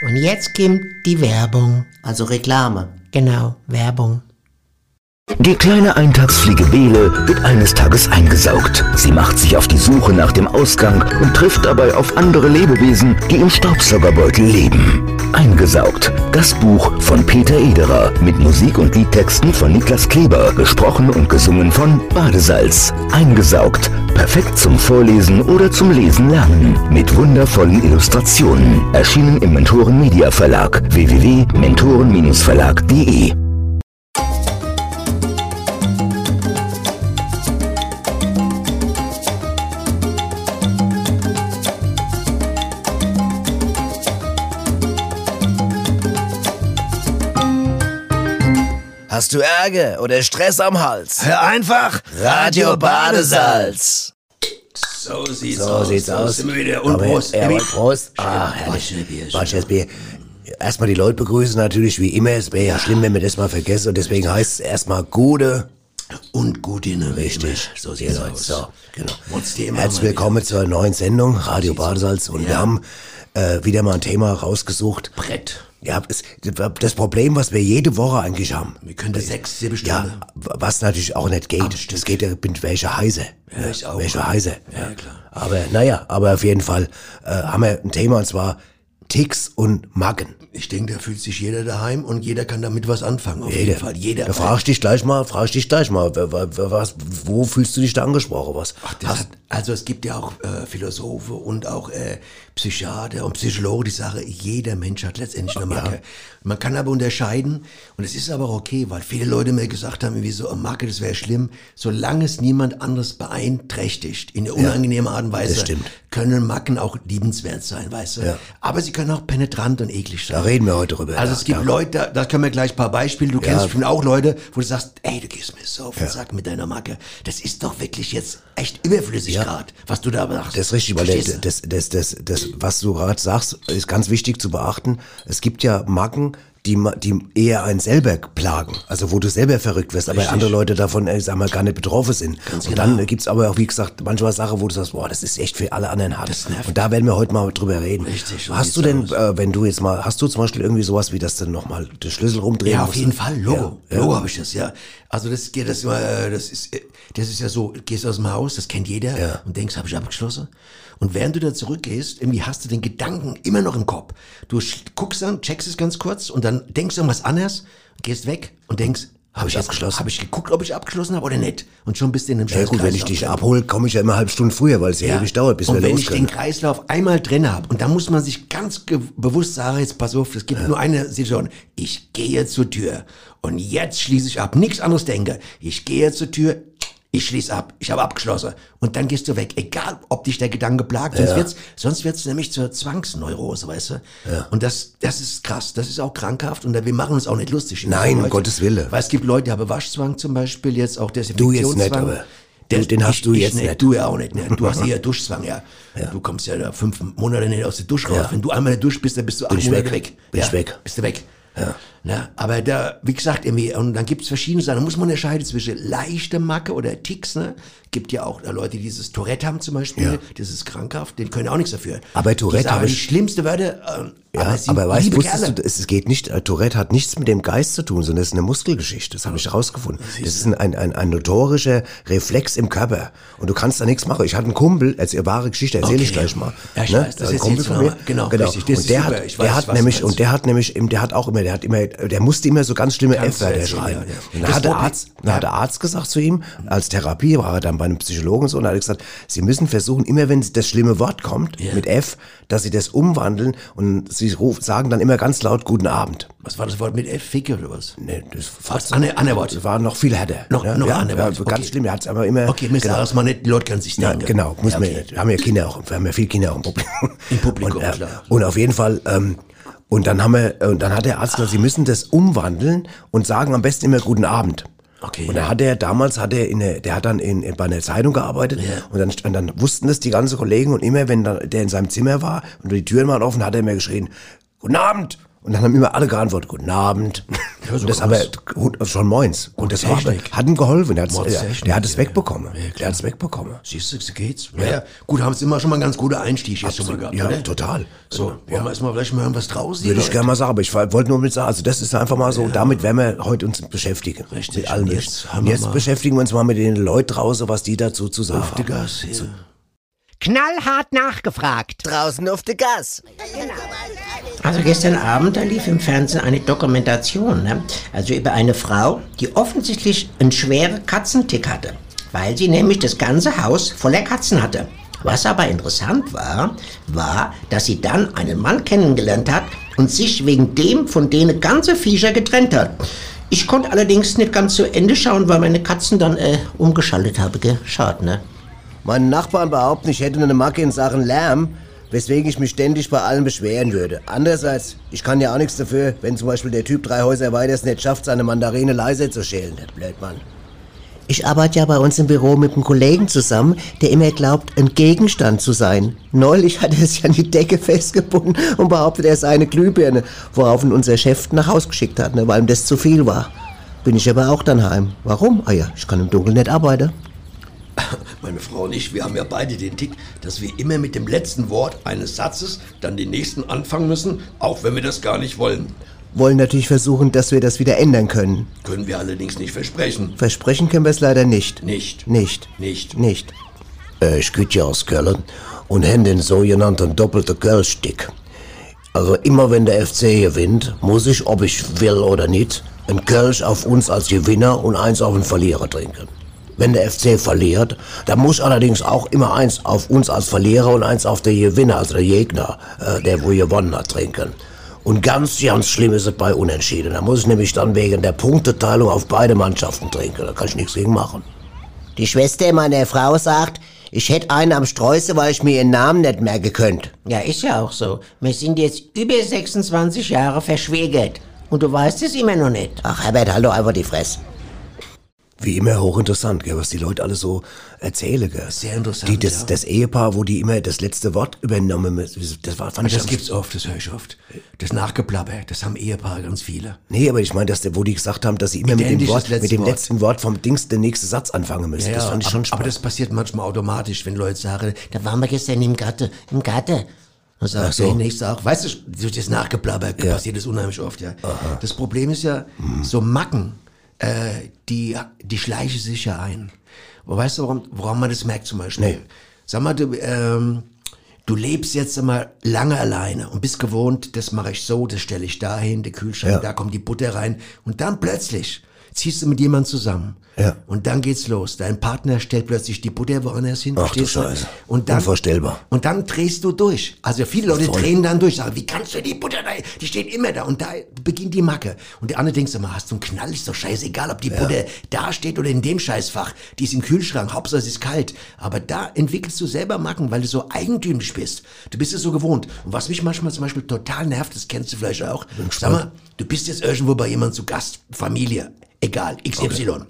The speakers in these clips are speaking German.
Und jetzt kommt die Werbung. Also Reklame. Genau, Werbung. Die kleine Eintagsfliege Bele wird eines Tages eingesaugt. Sie macht sich auf die Suche nach dem Ausgang und trifft dabei auf andere Lebewesen, die im Staubsaugerbeutel leben. Eingesaugt. Das Buch von Peter Ederer mit Musik und Liedtexten von Niklas Kleber, gesprochen und gesungen von Badesalz. Eingesaugt. Perfekt zum Vorlesen oder zum Lesen lernen. Mit wundervollen Illustrationen. Erschienen im Mentoren Media Verlag www.mentoren-verlag.de Hast du Ärger oder Stress am Hals? Hör einfach Radio Badesalz. So sieht's So aus. sieht's Da aus. Sind wir wieder. Und Aber- Prost. Ja, Baby. aber Prost. Ah, Schön. herrlich. Watschen Bier, Watschen Bier. Erstmal die Leute begrüßen natürlich wie immer. Es wäre ja schlimm, wenn wir das mal vergessen. Und deswegen heißt es erstmal Gute. Und gut in der Richtig. So sieht's aus. So, genau. Wollt's dir immer Herzlich mal willkommen zur neuen Sendung Radio Badesalz. Und wir haben äh, wieder mal ein Thema rausgesucht. Brett. Ja, es- das Problem, was wir jede Woche eigentlich haben. Wir können das sechs, sieben Stunden. Ja, was natürlich auch nicht geht. Das geht ja mit welcher Heise. Ja, ich auch. Welche Heise. Ja, klar. Aber naja, aber auf jeden Fall äh, haben wir ein Thema und zwar Ticks und Magen. Ich denke, da fühlt sich jeder daheim und jeder kann damit was anfangen. Auf jeden Fall. Jeder. Da frage ich dich gleich mal, frage ich dich gleich mal, wa- wa- wa- was, wo fühlst du dich da angesprochen? Was? Das hat, also es gibt ja auch äh, Philosophen und auch äh, Psychiater und Psychologen, die sagen, jeder Mensch hat letztendlich eine Macke. Man kann aber unterscheiden und es ist aber auch okay, weil viele Leute mir gesagt haben, wie so eine Macke, das wäre schlimm, solange es niemand anderes beeinträchtigt in der unangenehmen Art und Weise, das stimmt. können Macken auch liebenswert sein, weißt du. Ja. Aber sie können auch penetrant und eklig sein. da reden wir heute drüber. Also es gibt ja, Leute, da, da können wir gleich ein paar Beispiele, du Ja. kennst bestimmt auch Leute, wo du sagst, ey, du gehst mir so auf den Sack mit deiner Macke. Das ist doch wirklich jetzt echt überflüssig gerade, was du da machst. Das ist richtig, weil Verstehst du? das, das, das, das, das, was du gerade sagst, ist ganz wichtig zu beachten. Es gibt ja Macken, die, ma- die eher einen selber plagen, also wo du selber verrückt wirst, aber andere Leute davon, äh, sag mal, gar nicht betroffen sind. und genau. dann gibt's aber auch, wie gesagt, manchmal Sachen, wo du sagst, boah, das ist echt für alle anderen hart. Das nervt. Und da werden wir heute mal drüber reden. Richtig, so Hast du denn, sieht's äh, wenn du jetzt mal, hast du zum Beispiel irgendwie sowas, wie das dann nochmal den Schlüssel rumdrehen ja, auf musst? jeden Fall, Logo. Ja, ja. Logo habe ich das, ja. Also das geht das immer, äh, das ist, äh, das ist ja so, gehst aus dem Haus, das kennt jeder Ja. und denkst, habe ich abgeschlossen? Und während du da zurückgehst, irgendwie hast du den Gedanken immer noch im Kopf. Du sch- guckst dann, checkst es ganz kurz und dann denkst du an was anderes, gehst weg und denkst, habe ich abgeschlossen? Habe ich geguckt, ob ich abgeschlossen habe oder nicht? Und schon bist du in einem Ja gut, wenn ich Scheißkreislauf dich drin. abhole, komme ich ja immer eine halbe Stunde früher, weil es ja ewig dauert, bis und wir wenn los ich können. den Kreislauf einmal drin habe, und da muss man sich ganz ge- bewusst sagen, jetzt pass auf, es gibt nur eine Situation. Ich gehe zur Tür und jetzt schließe ich ab. Nichts anderes denke. Ich gehe zur Tür, ich schließe ab. Ich habe abgeschlossen. Und dann gehst du weg. Egal, ob dich der Gedanke plagt, sonst wird's, sonst wird's nämlich zur Zwangsneurose, weißt du? Und das, das ist krass. Das ist auch krankhaft und da- wir machen uns auch nicht lustig. Nein, um Leute. Gottes Wille. Weil es gibt Leute, die haben Waschzwang zum Beispiel, jetzt auch Du jetzt nicht, Desinfektionszwang. aber. Den, den hast ich, du ich jetzt nicht. nicht. Du ja auch nicht. Ne? Du hast eher Duschzwang, ja. Du kommst ja da fünf Monate nicht aus der Dusche raus. Ja. Wenn du einmal in der Dusche bist, dann bist du acht ich Monate weg. weg. Bin ja. ich weg. Bist du weg. Na, aber da, wie gesagt, irgendwie, und dann gibt es verschiedene Sachen. Da muss man unterscheiden zwischen leichter Macke oder Ticks. Ne? Gibt ja auch Leute, die dieses Tourette haben zum Beispiel. Ja. Das ist krankhaft. Den können auch nichts dafür. Aber Tourette die sagen habe die ich- schlimmste Wörter. Äh, Ja, aber, aber, es sind weißt liebe wusstest Kerle. du, es es geht nicht, äh, Tourette hat nichts mit dem Geist zu tun, sondern es ist eine Muskelgeschichte. Das habe ich rausgefunden. Das ist ein, ein, ein, ein notorischer Reflex im Körper. Und du kannst da nichts machen. Ich hatte einen Kumpel, als ihr wahre Geschichte, erzähle ich Okay. gleich mal. ne? Also Ja, ich weiß, das Ein ist jetzt noch- genau, richtig, das und ist der super. hat, Ich der weiß, hat was nämlich, du meinst. und der hat nämlich, im- der hat auch immer, der hat immer, der musste immer so ganz schlimme Kannst du F-Wörter erzählen, schreiben. ja, ja. Und dann Das hat der Problem- Arzt, dann hat der Arzt gesagt zu ihm, als Therapie war er dann bei einem Psychologen und so, und hat gesagt, sie müssen versuchen, immer wenn das schlimme Wort kommt, mit F, dass sie das umwandeln und sie rufen, sagen dann immer ganz laut Guten Abend. Was war das Wort mit F? Ficke oder was? Nee, das Was? Anne, Anne Wort. war noch viel härter. ne? Noch- noch ja, andere ja, Worte, Ganz okay. schlimm, er hat es aber immer. Okay, Mr. Genau. Asmann, die Leute können sich Ja, denken. genau, muss Ja, man, okay. haben ja Kinder auch, wir haben ja viele Kinder auch im Publikum. Im Publikum, und, äh, klar. und auf jeden Fall, ähm, und dann haben wir, und dann hat der Arzt gesagt, sie müssen das umwandeln und sagen am besten immer guten Abend. Okay. Und da hat er damals hat er in der, der hat dann in, in, bei einer Zeitung gearbeitet und, dann, und dann wussten das die ganzen Kollegen und immer wenn dann, der in seinem Zimmer war und die Türen waren offen, hat er immer geschrien, Guten Abend! Und dann haben immer alle geantwortet, guten Abend. Ja, so und das aber krass. gut, also schon moins. Und das hat, Technik. hat ihm geholfen. Der, hat's, Mod der, Technik, der hat es ja, wegbekommen. ja. Ja, der klar. hat es wegbekommen. Siehst du, so geht's. Ja. ja. Gut, haben Sie immer schon mal einen ganz guten Einstieg jetzt schon mal gehabt, Ja, oder? total. So, wollen wir erstmal vielleicht mal hören, was draußen Würde ich gerne mal sagen, aber ich wollte nur mit sagen, also das ist einfach mal so, damit werden wir heute uns beschäftigen. Richtig, Mit allem und jetzt jetzt haben und wir jetzt mal- beschäftigen wir uns mal mit den Leuten draußen, was die dazu zu sagen haben. Gas, ja. Knallhart nachgefragt. Draußen auf der Gas. Also gestern Abend, da lief im Fernsehen eine Dokumentation, ne? also über eine Frau, die offensichtlich einen schweren Katzentick hatte, weil sie nämlich das ganze Haus voller Katzen hatte. Was aber interessant war, war, dass sie dann einen Mann kennengelernt hat und sich wegen dem von denen ganze Viecher getrennt hat. Ich konnte allerdings nicht ganz zu Ende schauen, weil meine Katzen dann äh, umgeschaltet habe. Gell? Schade, ne? Meine Nachbarn behaupten, ich hätte eine Macke in Sachen Lärm, weswegen ich mich ständig bei allen beschweren würde. Andererseits, ich kann ja auch nichts dafür, wenn zum Beispiel der Typ drei Häuser weiter es nicht schafft, seine Mandarine leise zu schälen, der Blödmann. Ich arbeite ja bei uns im Büro mit einem Kollegen zusammen, der immer glaubt, ein Gegenstand zu sein. Neulich hat er sich an die Decke festgebunden und behauptet, er sei eine Glühbirne, woraufhin unser Chef nach Haus geschickt hat, ne, weil ihm das zu viel war. Bin ich aber auch dann heim. Warum? Ah ja, ich kann im Dunkeln nicht arbeiten. Meine Frau und ich, wir haben ja beide den Tick, dass wir immer mit dem letzten Wort eines Satzes dann den nächsten anfangen müssen, auch wenn wir das gar nicht wollen. wollen natürlich versuchen, dass wir das wieder ändern können. Können wir allerdings nicht versprechen. Versprechen können wir es leider nicht. Nicht. Nicht. Nicht. Nicht. Äh, ich küt ja aus Köln und hände den sogenannten doppelten Kölschstick. Also immer wenn der FC gewinnt, muss ich, ob ich will oder nicht, ein Kölsch auf uns als Gewinner und eins auf den Verlierer trinken. Wenn der FC verliert, dann muss allerdings auch immer eins auf uns als Verlierer und eins auf den Gewinner, also der Gegner, äh, der wo gewonnen hat, trinken. Und ganz, ganz schlimm ist es bei Unentschieden. Da muss ich nämlich dann wegen der Punkteteilung auf beide Mannschaften trinken. Da kann ich nichts gegen machen. Die Schwester meiner Frau sagt, ich hätte einen am Sträuße, weil ich mir ihren Namen nicht merken könnte. Ja, ist ja auch so. Wir sind jetzt über 26 Jahre verschwägert. Und du weißt es immer noch nicht. Ach, Herbert, halt doch einfach die Fresse. Wie immer hochinteressant, gell, was die Leute alle so erzählen. Gell. Sehr interessant, Die, das, ja. das Ehepaar, wo die immer das letzte Wort übernommen müssen, das war, fand ich Das am- gibt's oft, das höre ich oft. Das Nachgeplapper, das haben Ehepaare ganz viele. Nee, aber ich meine, dass, der- wo die gesagt haben, dass sie immer mit dem, Identisches Wort, mit letzte dem Wort. letzten Wort vom Dings den nächsten Satz anfangen müssen. das fand ich schon ab- aber spannend. das passiert manchmal automatisch, wenn Leute sagen, Da waren wir gestern im Gatte. Im Gatte. Dann sagt so. der nächste auch, weißt du, durch das Nachgeplapper passiert das unheimlich oft, ja. Das Problem ist ja, so Macken, äh, die, die schleichen sich ja ein. Aber weißt du, warum, woran man das merkt zum Beispiel? Nee. Sag mal, du, ähm, du lebst jetzt immer lange alleine und bist gewohnt, das mache ich so, das stelle ich dahin, der Kühlschrank, Ja. da kommt die Butter rein. Und dann plötzlich ziehst du mit jemandem zusammen. Ja. Und dann geht's los. Dein Partner stellt plötzlich die Butter woanders hin. Ach du verstehst Scheiße. Und dann, Unvorstellbar. und dann drehst du durch. Also viele Leute Voll. drehen dann durch, sagen, wie kannst du die Butter da, die steht immer da und da beginnt die Macke. Und der andere denkt immer, hast du einen Knall, ist doch scheißegal, ob die Butter da steht oder in dem Scheißfach. Die ist im Kühlschrank, Hauptsache es ist kalt. Aber da entwickelst du selber Macken, weil du so eigentümlich bist. Du bist es so gewohnt. Und was mich manchmal zum Beispiel total nervt, das kennst du vielleicht auch. Mhm. Sag mal, du bist jetzt irgendwo bei jemandem zu Gast, Familie, egal, XY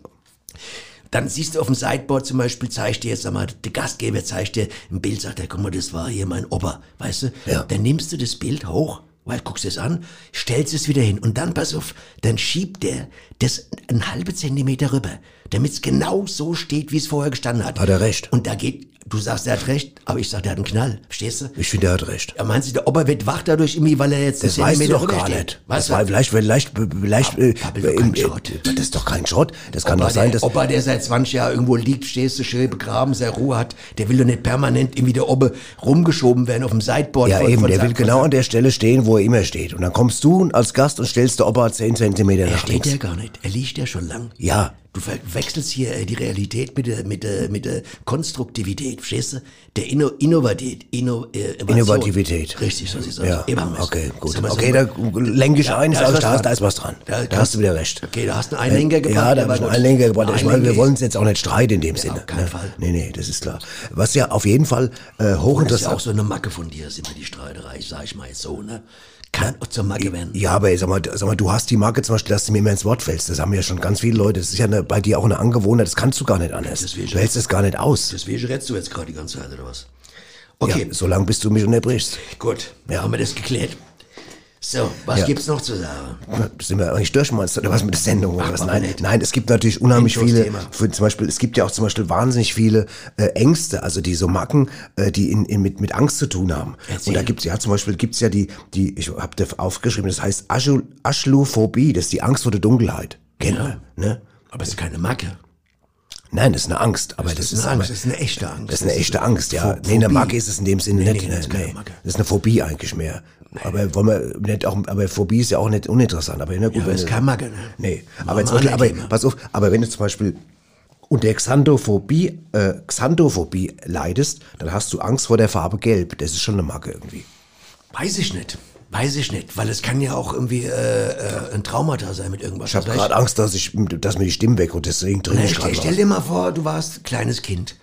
dann siehst du auf dem Sideboard zum Beispiel, zeigt dir jetzt, sag mal, der Gastgeber zeigt dir ein Bild, sagt er, guck mal, das war hier mein Opa, weißt du? Ja. Dann nimmst du das Bild hoch, weil guckst es an, stellst es wieder hin und dann, pass auf, dann schiebt der das einen halben Zentimeter rüber, damit es genau so steht, wie es vorher gestanden hat. Hat er recht. Und da geht, du sagst, er hat recht, aber ich sag, der hat einen Knall, verstehst du? ich finde, er hat recht. Ja, meinst du, der Opa wird wach dadurch irgendwie, weil er jetzt Das einen weißt du Zentimeter doch gar rüber steht? nicht. Weißt das war du? vielleicht, vielleicht, vielleicht, äh, Ah, Pappel, doch kein Schrott. das ist doch kein Schrott. Das kann Opa, doch sein, dass der, Opa, der seit 20 Jahren irgendwo liegt, stehst du schön begraben, seine Ruhe hat, der will doch nicht permanent irgendwie der Obbe rumgeschoben werden auf dem Sideboard. Ja, von- eben, von der Sa- will genau an der Stelle stehen, wo er immer steht. Und dann kommst du als Gast und stellst der Opa 10 Zentimeter Er nach steht ja links. gar nicht, er liegt ja schon lang. Ja. Du verwechselst hier äh, die Realität mit der, mit der, mit der Konstruktivität, verstehst du? Der Inno, Innovatät, Inno, äh, Innovation. Innovativität. Richtig, so sieht's aus. Ja, Eben haben wir's. okay, gut. Sag mal, Okay, da sag mal. lenke ich ein, da sag ist ich, was da, dran. ist- da ist was dran. Da- Da hast du wieder recht. Okay, da hast du einen Einlenker gebracht. Äh, Ja, da aber habe ich einen gut. Einlenker gebracht. Ein Ich meine, wir Einlenker wollen ist- uns jetzt auch nicht streiten in dem Sinne. auf keinen ne? Fall. Nee, nee, das ist klar. Was ja auf jeden Fall äh, Das ist ja hochinteressant auch so eine Macke von dir, ist immer die Streiterei, sag ich mal jetzt so, ne? Kann auch zur Macke werden. Ja, aber sag mal, sag mal, du hast die Marke zum Beispiel, dass du mir immer ins Wort fällst. Das haben ja schon ganz viele Leute. Das ist ja eine, bei dir auch eine Angewohnheit. Das kannst du gar nicht anders. Das Du will ich hältst es gar nicht aus. Deswegen redest du jetzt gerade die ganze Zeit, oder was? Ja, Okay, solange bis du mich unterbrichst. gut. Ja. Haben wir das geklärt. So, was gibt's noch zu sagen? Sind wir eigentlich durch, meinst du, oder was mit der Sendung? Oder Ach, was? aber Nein, nicht. nein, es gibt natürlich unheimlich Endlos viele, Thema. für zum Beispiel, es gibt ja auch zum Beispiel wahnsinnig viele äh, Ängste, also die so Macken, äh, die in, in, mit, mit Angst zu tun haben. Und da gibt es ja zum Beispiel, gibt's ja die, die ich habe da aufgeschrieben, das heißt Aschul- Aschlophobie, das ist die Angst vor der Dunkelheit. Kennen wir, ne? Aber es ist keine Macke. Nein, das ist eine Angst, aber das, ist ist eine aber- Angst, das ist eine echte Angst. Das ist eine Das ist echte Angst, ja. Pho- Nee, eine Phobie. Macke ist es in dem Sinne Nee, nicht. nee, Nee, das ist keine nee. Macke. Das ist eine Phobie eigentlich mehr. Aber wollen wir nicht auch, aber Phobie ist ja auch nicht uninteressant. Aber na gut, aber wenn ist du- keine Macke, ne? Nee, Machen aber jetzt, wir andere aber, Themen. pass auf, aber wenn du zum Beispiel unter Xanthophobie, äh, Xanthophobie leidest, dann hast du Angst vor der Farbe Gelb. Das ist schon eine Macke irgendwie. Weiß ich nicht. Weiß ich nicht, weil es kann ja auch irgendwie äh, äh, ein Traumata sein mit irgendwas. Also Ich habe gerade Angst, dass ich, dass mir die Stimme wegrutscht. Deswegen trinke ich stell, gerade. stell was. dir mal vor, du warst kleines Kind.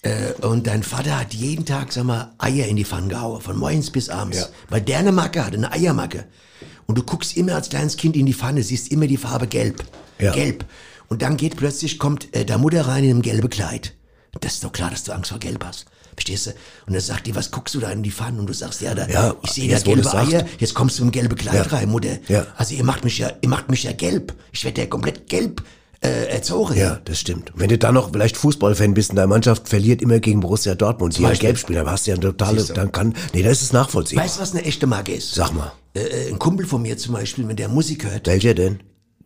Äh, und dein Vater hat jeden Tag, sag mal, Eier in die Pfanne gehauen, von morgens bis abends. Ja. Weil der eine Macke hatte, eine Eiermacke. Und du guckst immer als kleines Kind in die Pfanne, siehst immer die Farbe gelb. Ja. Gelb. Und dann geht plötzlich, kommt äh, der Mutter rein in einem gelben Kleid. Das ist doch klar, dass du Angst vor Gelb hast. Verstehst du? Und dann sagt die, was guckst du da in die Pfanne? Und du sagst, ja, da, Ja, ich sehe da jetzt, wo gelbe du's sagst. Eier, jetzt kommst du im gelben Kleid Ja. rein, Mutter. Ja. Also ihr macht mich ja, ihr macht mich ja gelb. Ich werde ja komplett gelb äh, erzogen. Ja, das stimmt. Wenn du dann noch vielleicht Fußballfan bist und deine Mannschaft verliert immer gegen Borussia Dortmund, die ja Beispiel. gelb spielen, dann hast du ja eine totale, dann kann, nee, das ist nachvollziehbar. Weißt du, was eine echte Marke ist? Sag mal, Äh, äh, ein Kumpel von mir zum Beispiel, wenn der Musik hört, welcher denn?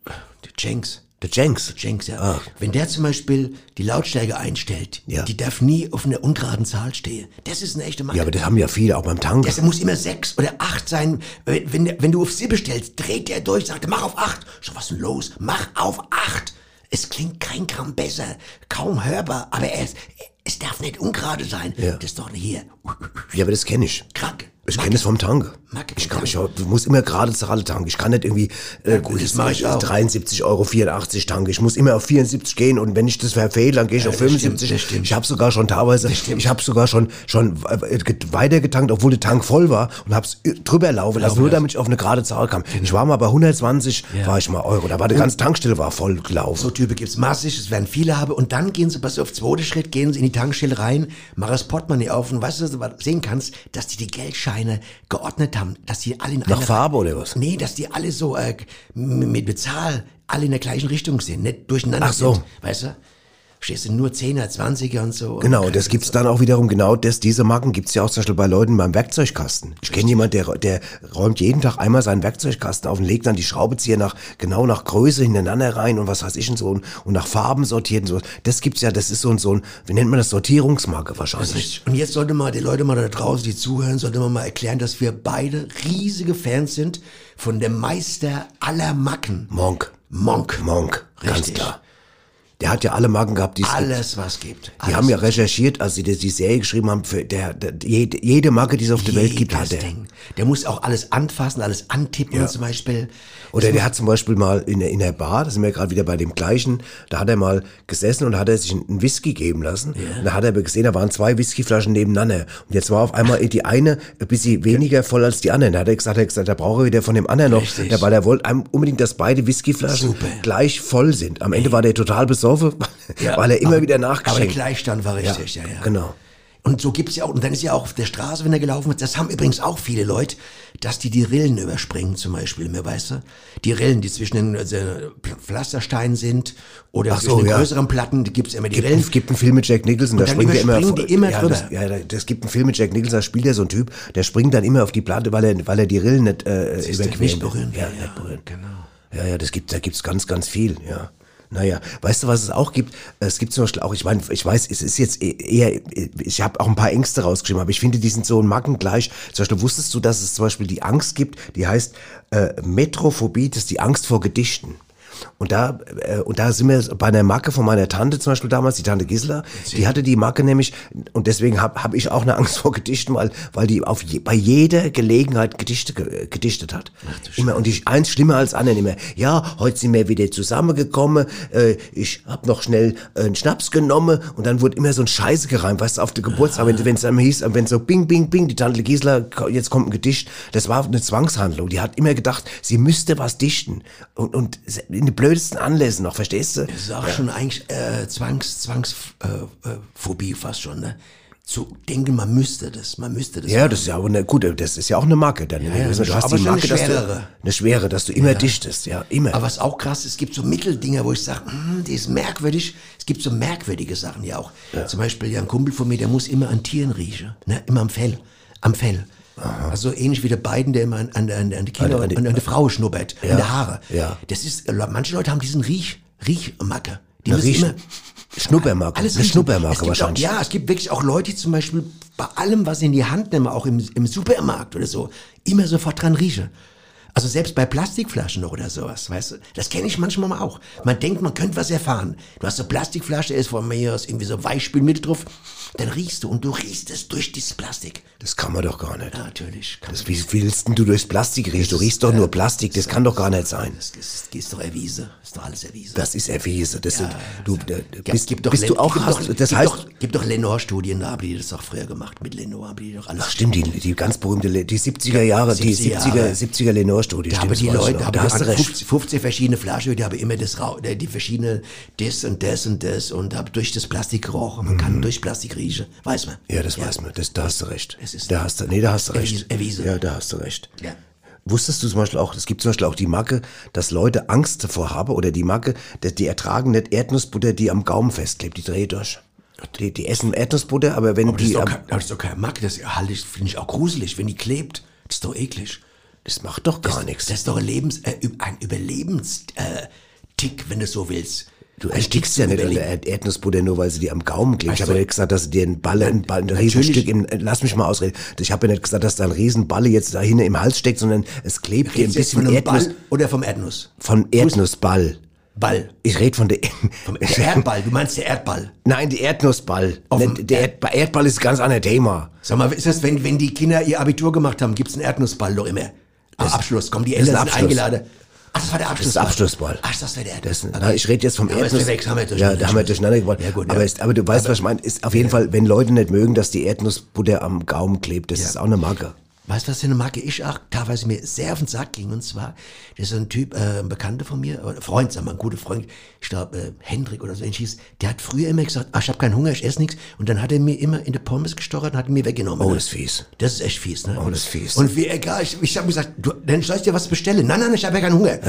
der Jenks, Der Jenks. Jenks, ja. Ah. Wenn der zum Beispiel die Lautstärke einstellt, Ja. die darf nie auf einer ungeraden Zahl stehen. Das ist eine echte Marke. Ja, aber das haben ja viele, auch beim Tango. das muss immer sechs oder acht sein. Wenn, wenn, wenn du auf sieben stellst, dreht er durch, sagt, er, mach auf acht. Schon was ist denn los? Mach auf acht. Es klingt kein Gramm besser, kaum hörbar, aber es, es darf nicht ungerade sein. Ja. Das ist doch hier Ja, aber das kenne ich. krank. Ich kenne das vom Tango. Mag ich Ich, kann, vom ich du musst immer gerade Zahl tanken. Ich kann nicht irgendwie äh, gut, das mach ich auch. 73,84 Euro tanken. Ich muss immer auf 74 gehen und wenn ich das verfehle, dann gehe ich auf das stimmt, 75. das stimmt. Ich habe sogar schon teilweise, ich habe sogar schon schon äh, get- weitergetankt, obwohl der Tank voll war und habe es drüber laufen lassen, nur damit ich auf eine gerade Zahl kam. Genau. Ich war mal bei 120, war ich mal Euro. Da war die ganze Tankstelle war voll gelaufen. So Typen gibt's massig, es werden viele haben. Und dann gehen sie, pass auf, zweiter Schritt, gehen sie in die Tankstelle rein, machen das Portemonnaie auf und weißt du, was du was sehen kannst, dass die die Geldscheine geordnet haben, dass die alle in Nach einer- Farbe oder was? Nee, dass die alle so äh, m- mit Bezahl alle in der gleichen Richtung sind, nicht durcheinander Ach so. sind. Weißt du? Stehst du nur 10er, 20er und so. Genau, und das gibt's dann auch wiederum genau das. Diese Marken gibt's ja auch zum Beispiel bei Leuten beim Werkzeugkasten. Ich kenne jemanden, der, der räumt jeden Tag einmal seinen Werkzeugkasten auf und legt dann die Schraubenzieher nach, genau nach Größe hintereinander rein und was weiß ich und so und, und nach Farben sortiert und so. Das gibt's ja, das ist so ein, so ein, wie nennt man das, Sortierungsmarke wahrscheinlich. Und jetzt sollte mal die Leute mal da draußen, die zuhören, sollte man mal erklären, dass wir beide riesige Fans sind von dem Meister aller Macken. Monk. Monk. Monk. Ganz Richtig. klar. Der hat ja alle Marken gehabt, die es gibt. Alles, was gibt. Die Alles. haben ja recherchiert, als sie die, die Serie geschrieben haben, für der, der, jede, jede Marke, die es auf der Welt gibt, Jedes hat er. Ding. Der muss auch alles anfassen, alles antippen zum Beispiel. Oder der hat zum Beispiel mal in der, in der Bar, da sind wir gerade wieder bei dem gleichen, da hat er mal gesessen und hat er sich einen Whisky geben lassen. Und da hat er aber gesehen, da waren zwei Whiskyflaschen nebeneinander. Und jetzt war auf einmal die eine ein bisschen weniger voll als die andere. Da hat er gesagt, er hat gesagt, da braucht er wieder von dem anderen noch. Richtig. Ja, weil er wollte einem unbedingt, dass beide Whiskyflaschen Super. gleich voll sind. Am Ende war der total besoffen, Ja. weil er immer Aber- wieder Aber der nachgeschenkt hat. Gleichstand war richtig, ja, ja. Genau. Und so gibt's ja auch, und dann ist ja auch auf der Straße, wenn er gelaufen wird, das haben übrigens auch viele Leute, dass die die Rillen überspringen zum Beispiel, mir weißt du? Die Rillen, die zwischen den äh, Pflastersteinen sind oder Ach so, zwischen den ja. größeren Platten, die gibt's immer die gibt, Rillen. einen- gibt einen Film mit Jack Nicholson, da dann springt er immer, überspringen die immer ja, drüber. das, ja, da- das gibt einen Film mit Jack Nicholson, da spielt er so ein Typ, der springt dann immer auf die Platte, weil er, weil er die Rillen nicht äh, Siehst du, überqueren nicht will. berühren. Ja, will, nicht berühren. Genau. Ja, ja, das gibt, da gibt's ganz, ganz viel, ja. Naja, weißt du, was es auch gibt? Es gibt zum Beispiel auch, ich meine, ich weiß, es ist jetzt e- eher, ich habe auch ein paar Ängste rausgeschrieben, aber ich finde, die sind so ein Macken gleich. Zum Beispiel wusstest du, dass es zum Beispiel die Angst gibt, die heißt äh, Metrophobie, das ist die Angst vor Gedichten. Und da, äh, und da sind wir bei einer Macke von meiner Tante zum Beispiel damals, die Tante Gisela, die hatte die Macke nämlich, und deswegen habe hab ich auch eine Angst vor Gedichten, weil, weil die auf je, bei jeder Gelegenheit Gedichte ge, gedichtet hat. immer, und ich, eins schlimmer als anderen immer. Ja, heute sind wir wieder zusammengekommen, äh, ich habe noch schnell äh, einen Schnaps genommen und dann wurde immer so ein Scheiße gereimt, weißt du, auf der Geburtstag, wenn es dann hieß, wenn so bing, bing, bing, die Tante Gisela, ko- jetzt kommt ein Gedicht, das war eine Zwangshandlung, die hat immer gedacht, sie müsste was dichten und, und in den blödesten Anlässen noch, verstehst du? Das ist auch schon eigentlich äh, Zwangs, Zwangsphobie äh, äh, Phobie fast schon, ne? zu denken, man müsste das, man müsste das. Ja, das ist ja aber eine, gut, das ist ja auch eine Marke. Dann, ne? ja, du aber hast die schon eine Marke, dass du, schwerere. eine schwere, dass du immer dichtest, ja, immer. Aber was auch krass ist, es gibt so Mitteldinger, wo ich sage, hm, die ist merkwürdig. Es gibt so merkwürdige Sachen ja auch. Zum Beispiel ja ein Kumpel von mir, der muss immer an Tieren riechen. Ne? Immer am Fell. Am Fell. Also ähnlich wie der beiden, der immer an, an, an, an die Kinder, An- an, an die- an, der Frau schnuppert, an der Haare. ja. Das ist, äh, manche Leute haben diesen Riech, Riechmacke. Die Eine müssen Riech- immer, Schnuppermarke, alles eine riechen. Es Schnuppermarke gibt wahrscheinlich. Auch, ja, es gibt wirklich auch Leute, die zum Beispiel bei allem, was sie in die Hand nehmen, auch im, im Supermarkt oder so, immer sofort dran riechen. Also selbst bei Plastikflaschen noch oder sowas, weißt du? Das kenne ich manchmal mal auch. Man denkt, man könnte was erfahren. Du hast so Plastikflasche, da ist von mir aus irgendwie so Weichspülmittel drauf. Dann riechst du und du riechst es durch dieses Plastik. Das kann man doch gar nicht. Ja, natürlich. Kann Das, wie willst denn du durchs Plastik riechen? Du riechst doch nur Plastik, das kann doch gar nicht sein. äh, das, das, das ist doch erwiesen. Ist doch alles erwiesen. also, Das ist Erwiese. Das sind, du, äh, Gib- bist, gib doch bist du Len- auch, gib hast, doch, das gib heißt, doch, gib doch Lenore-Studien, da haben die das doch früher gemacht mit Lenore, haben die doch alles. Ach stimmt, die, die ganz berühmte, Le- die 70er Jahre, die 70er 70er, Jahre. 70er Lenore-Studie, Da stimmt. haben die das weiß ich Leute, noch. haben da hast du recht. 50, 50 verschiedene Flaschen, die haben immer das Rau, äh, die verschiedenen, das und das und das und habe durch das Plastik gerochen. Man kann durch Plastik riechen, weiß man. Mhm. Ja, das weiß man, das, da hast du recht. Es ist- da hast du, nee, da hast du recht. Erwiese- erwiese. Ja, da hast du recht. Ja. Wusstest du zum Beispiel auch, es gibt zum Beispiel auch die Marke, dass Leute Angst davor haben oder die Marke, dass die ertragen nicht Erdnussbutter, die am Gaumen festklebt, die dreht durch. Die, die essen Erdnussbutter, aber wenn Aber das, die ist doch am, kein, aber das ist doch kein Mack, das halte ich- finde ich auch gruselig, wenn die klebt. Das ist doch eklig. das macht doch gar nichts. Das ist doch ein, Lebens, äh, Ü- ein Überlebenstick, äh, Tick, wenn du so willst. Du Ein erstickst Tick ja zum nicht an Überleben. der Erd- Erdnussbutter, nur weil sie dir am Gaumen klebt. Ich Weißt habe du- ja nicht gesagt, dass sie dir einen Balle, einen Ball, ein Riesenstück im, lass mich mal ausreden. Ich habe ja nicht gesagt, dass da ein Riesenballe jetzt da hinten im Hals steckt, sondern es klebt dir ein Redest du jetzt bisschen von einem Erdnuss, Ball oder vom Erdnuss? von Erdnussball. Ball. Ich rede von der, Vom der Erdball, du meinst der Erdball. nein, die Erdnussball. dem Nicht, der Erdball, Erdball ist ein ganz anderes Thema. Sag mal, ist das, wenn, wenn die Kinder ihr Abitur gemacht haben, gibt's einen Erdnussball doch immer? Am Abschluss, kommen die Ah. das ist ein Eltern sind Abschluss. eingeladen. Ach, das war der Abschlussball. Das ist Abschlussball. Ach, das war der Das, Erdnussball. na, ich rede jetzt vom Ja, aber es Erdnuss. ist weg, haben wir ja, da haben wir durcheinander gebracht. Ja, gut, aber, ja. Ist, aber du weißt, was ich meine. Ist auf jeden Fall, wenn Leute nicht mögen, dass die Erdnussbutter am Gaumen klebt, das ist auch eine Marke. Weißt du, was für eine Marke ich auch teilweise mir sehr auf den Sack ging? Und zwar, das ist so ein Typ, äh, ein Bekannter von mir, oder Freund, sagen wir, ein guter Freund, ich glaube, äh, Hendrik oder so ähnlich hieß, der hat früher immer gesagt, ah, ich habe keinen Hunger, ich esse nichts. Und dann hat er mir immer in die Pommes gestochert und hat ihn mir weggenommen. Oh, ne? das ist fies. Das ist echt fies, ne? Oh, das ist fies. Und wie, egal, ich, ich habe gesagt, du, dann soll ich dir was bestellen. Nein, nein, ich habe ja keinen Hunger.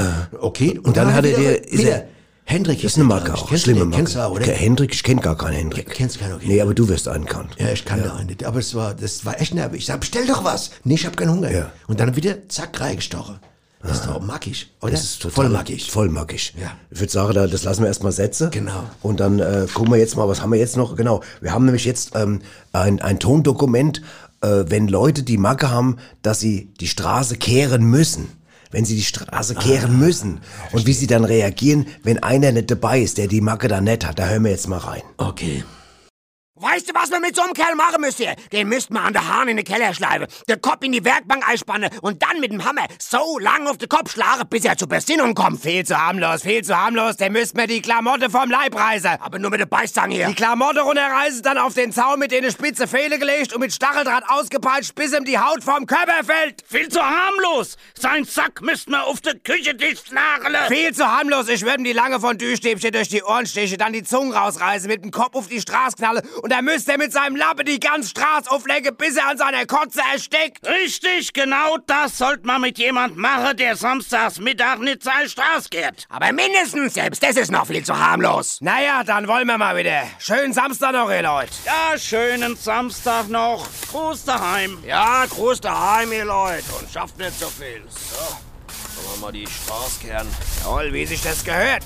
Okay. Und, Äh, dann hat er wieder- dir- ist wieder. er- Hendrik Das hieß ist eine der, Marke glaub ich. auch, Kennst du schlimme den? Marke. Kennst du auch, oder? Ke- Hendrik, ich kenne gar keinen Hendrik. Kennst keinen, okay. Nee, aber du wirst einen kennen. Ja, ich kann da einen nicht. Aber es war, das war echt nervig. Ich sag, bestell doch was. Nee, ich hab keinen Hunger. Ja. Und dann wieder, zack, reingestochen. Das ist doch mackig, oder? Das ist total voll mackig. Voll mackig. Ja. Ich würde sagen, da- das lassen wir erstmal Sätze. Genau. Und dann äh, gucken wir jetzt mal, was haben wir jetzt noch? Genau, wir haben nämlich jetzt ähm, ein, ein Tondokument, äh, wenn Leute die Macke haben, dass sie die Straße kehren müssen. Wenn sie die Straße kehren Ah, müssen. Und wie sie dann reagieren, wenn einer nicht dabei ist, der die Macke dann nicht hat. Da hören wir jetzt mal rein. Okay. Weißt du, was man mit so einem Kerl machen müsste? Den müsst man an der Hahn in den Keller schleifen, den Kopf in die Werkbank einspannen und dann mit dem Hammer so lang auf den Kopf schlagen, bis er zur Besinnung kommt. Viel zu harmlos, viel zu harmlos. Den müsst mir die Klamotte vom Leib reißen. Aber nur mit der Beißzange hier. Die Klamotte runterreißen, dann auf den Zaun mit denen spitze Fehler gelegt und mit Stacheldraht ausgepeitscht, bis ihm die Haut vom Körper fällt. Viel zu harmlos! Sein Sack müssten wir auf der Küche dicht nageln! Viel zu harmlos, ich würde ihm die lange von Düstäbchen durch die Ohren stechen, dann die Zungen rausreißen, mit dem Kopf auf die Straße knallen und dann müsste er mit seinem Lappen die ganze Straße auflegen, bis er an seiner Kotze erstickt. Richtig, genau das sollte man mit jemand machen, der samstags Mittag nicht seine Straße geht. Aber mindestens selbst, das ist noch viel zu harmlos. Naja, dann wollen wir mal wieder. Schönen Samstag noch, ihr Leute. Ja, schönen Samstag noch. Gruß daheim. Ja, Gruß daheim, ihr Leute. Und schafft nicht so viel. So, wollen wir mal die Straße kehren. Jawohl, wie sich das gehört.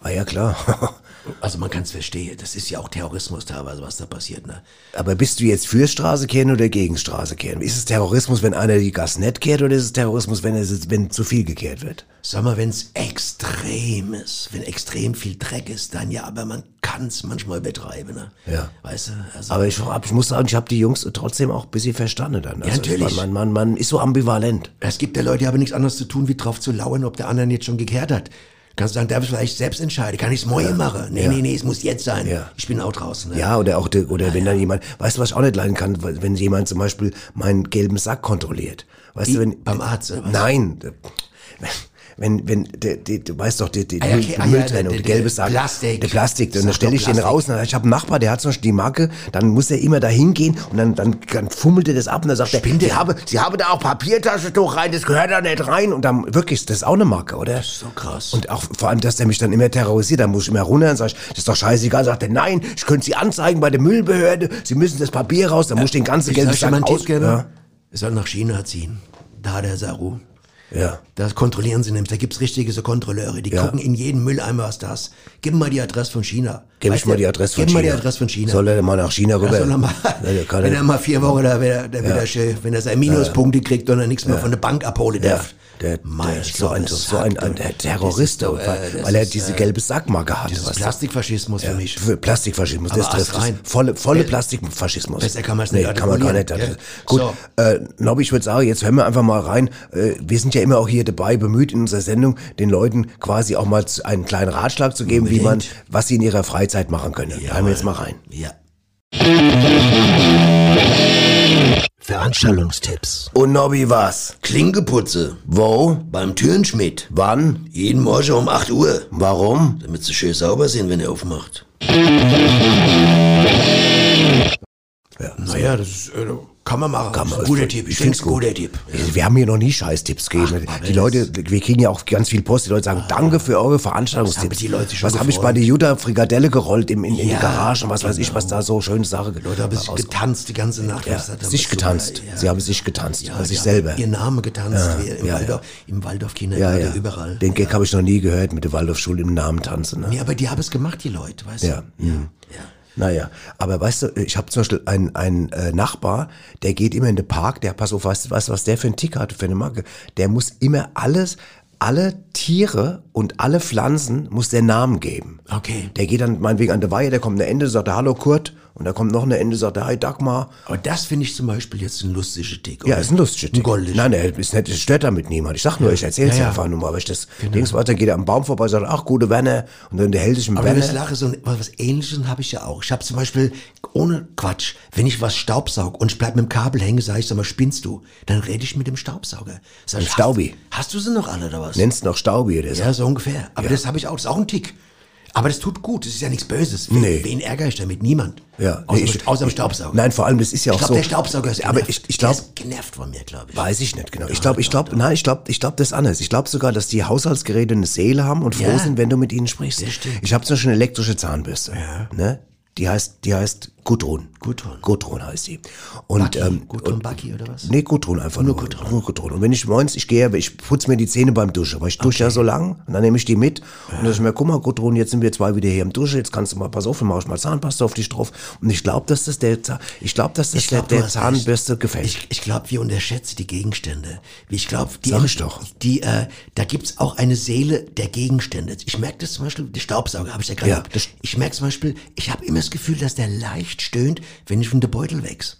Ah ja, klar. Also man kann es verstehen. Das ist ja auch Terrorismus teilweise, was da passiert, ne? Aber bist du jetzt für Straße kehren oder gegen Straße kehren? Ist es Terrorismus, wenn einer die Gas nicht kehrt oder ist es Terrorismus, wenn, es, wenn zu viel gekehrt wird? Sag mal, wenn's extrem ist, wenn extrem viel Dreck ist, dann ja, aber man kann's manchmal übertreiben, ne? Ja. Weißt du? Also, Aber ich, hab, ich muss sagen, ich habe die Jungs trotzdem auch ein bisschen verstanden dann. Also natürlich. Man, man, man ist so ambivalent. Es gibt ja Leute, die haben nichts anderes zu tun, wie drauf zu lauern, ob der andere jetzt schon gekehrt hat. Kannst du sagen, darf ich vielleicht selbst entscheiden? Kann ich's morgen machen? Nee, nee, nee, es muss jetzt sein. Ja. Ich bin auch draußen. Ne? Ja, oder auch de, oder wenn dann jemand, weißt du, was ich auch nicht leiden kann, Weil- wenn jemand zum Beispiel meinen gelben Sack kontrolliert. Weißt du, wenn beim Arzt, oder was? Nein, wenn, wenn, der, der, du weißt doch, die, die, Ah, ja, Müll- okay, die ah, ja, Mülltrennung, der- die der- gelbe Sache. Plastik. Der Plastik. Und Sag dann stelle doch ich den Plastik. raus und dann, ich habe einen Nachbar, der hat zum Beispiel die Marke, dann muss er immer da hingehen und dann, dann, dann fummelt er das ab und dann sagt er, Spinnt sie er? habe, sie habe da auch Papiertaschentuch rein, das gehört da nicht rein. Und dann wirklich, das ist auch eine Marke, oder? So krass. Und auch vor allem, dass der mich dann immer terrorisiert, dann muss ich immer runter und sage, das ist doch scheißegal. Sagt er, nein, ich könnte Sie anzeigen bei der Müllbehörde, Sie müssen das Papier raus, dann muss ich den ganzen ich gelben sag dir mal Sack einen aus... Tipp geben. Ja. Er soll nach China ziehen. Da der Saru. ja. Das kontrollieren sie nämlich. Da gibt's richtige so Kontrolleure. Die Ja. gucken in jeden Mülleimer, was da ist. Gib mir mal die Adresse von China. Gib Weißt ich mal du, die Adresse von Gib China. mir die Adresse von China. Soll er denn mal nach China Ja, rüber? soll er mal, Ja, der kann wenn nicht. er mal vier Wochen da wieder, da wieder schön, wenn er seine Minuspunkte kriegt und er nichts mehr von der Bank abholen Ja, darf. der, Mein der, so ein, Gott, das so ein, sagt ein doch- der Terrorist, das ist doch, äh, weil, das weil er ist, diese äh, gelbe Sackmarke hatte. Das ist weißt du? Plastikfaschismus für mich. Für Plastikfaschismus, Aber das trifft alles es. rein. Äh. Volle, volle Be- Plastikfaschismus. besser kann man's nicht kann man gar nicht. artikulieren, Gut, äh, gell? Nobby, ich würde sagen, jetzt hören wir einfach mal rein. Äh, wir sind ja immer auch hier dabei, bemüht in unserer Sendung, den Leuten quasi auch mal zu- einen kleinen Ratschlag zu geben, wie man, Unbedingt. was sie in ihrer Freizeit machen können. Hören wir jetzt mal rein. Ja. Veranstaltungstipps. Und Nobby, was? Klingeputze. Wo? Beim Türenschmied. Wann? Jeden Morgen um 8 Uhr. Warum? Damit sie schön sauber sind, wenn er aufmacht. Ja, naja, das ist, äh, kann man machen. Kann man. Guter Tipp. Ich finde es guter Tipp. Wir haben hier noch nie Scheißtipps gegeben. die Leute, wir kriegen ja auch ganz viel Post. Die Leute sagen, danke für eure Veranstaltungstipps. Was Ah. haben die Leute schon was habe ich bei gefreut? der Jutta Frikadelle gerollt im, in, in Ja, genau. die Garage und was weiß ich, was da so schöne Sache Leute haben sich getanzt die ganze Nacht. Ja, Was hat damit sich so- getanzt. Ja, Sie haben sich getanzt. ja, Ja, sich ja, selber. Ihr Name getanzt. Ja, wie Im, ja, Waldorf, Im Waldorf Ja, Kindergarten, ja. überall. Den Gag habe ich noch nie gehört mit der Waldorfschule im Namen tanzen. Ne? nee, aber die haben es gemacht, die Leute, weißt Ja. du? Mhm. Naja, aber weißt du, ich habe zum Beispiel einen, einen äh, Nachbar, der geht immer in den Park, der, pass auf, weißt du, weißt, du, was der für einen Tick hat, für eine Marke? Der muss immer alles, alle Tiere und alle Pflanzen muss der Namen geben. Okay. Der geht dann meinetwegen an der Weihe, der kommt eine Ende, sagt er, hallo Kurt, und da kommt noch eine Ende, sagt er, hi Dagmar. Aber das finde ich zum Beispiel jetzt ein lustiger Tick. Ja, oder? ist ein lustiger Ein goldiger. Nein, er ist nicht, es stört damit niemand. Ich sag nur, ich erzähl's Ja, Genau. ja. einfach nur mal, aber ich das Dings weiter, geht er am Baum vorbei, sagt, ach, gute Werner, und dann der hält sich mit Aber wenn ich Werner. lache, so ein- was, was ähnliches habe ich ja auch. Ich habe zum Beispiel, ohne Quatsch, wenn ich was staubsaug und ich bleib mit dem Kabel hängen, sage ich, sag mal, spinnst du? Dann rede ich mit dem Staubsauger. Sag ich, Mit Staubi. Hast, hast du sie noch alle oder was? Nennst noch Staubi oder so. ja, so ungefähr. Aber das habe ich auch, das ist auch ein Tick. Aber das tut gut, das ist ja nichts Böses. Wen, Nee. wen ärgere ich damit? Niemand. Ja, Außer, nee, dem- ich- außer dem Staubsauger. Nein, vor allem, das ist ja ich auch so. glaube, der Staubsauger ist Aber genervt. ich, ich Der glaube, ist genervt von mir, glaube ich. weiß ich nicht genau. Ich glaube, ich glaube, nein, ich glaube, ich glaube das ist anders. Ich glaube sogar, dass die Haushaltsgeräte eine Seele haben und froh Ja. sind, wenn du mit ihnen sprichst. Das stimmt. Ich habe zum Beispiel eine elektrische Zahnbürste. Ne? Die heißt, die heißt Gudrun. Gudrun. Gudrun heißt sie. Und ähm, Gut von Bucky oder was? Nee, Gudrun einfach nur. Gudrun. Nur Gudrun. Und wenn ich morgens, ich gehe, ich putze mir die Zähne beim Duschen, weil ich dusche ja so lang und dann nehme ich die mit und dann ist mir, guck mal, Gudrun, jetzt sind wir zwei wieder hier im Dusche, jetzt kannst du mal, pass auf, dann mach ich mal Zahnpasta auf dich drauf. Und ich glaube, dass das der, Zahn- ich glaube, dass das Ich glaub, der, du der hast Zahnbürste recht. gefällt. Ich, ich glaube, wir unterschätzen die Gegenstände. Ich glaube, die, Sag ich doch. die äh, da gibt's auch eine Seele der Gegenstände. Ich merke das zum Beispiel, der Staubsauger habe ich ja gerade. Ja, gehabt. das- ich merke zum Beispiel, ich habe immer das Gefühl, dass der leicht stöhnt, wenn ich von der Beutel wechsle.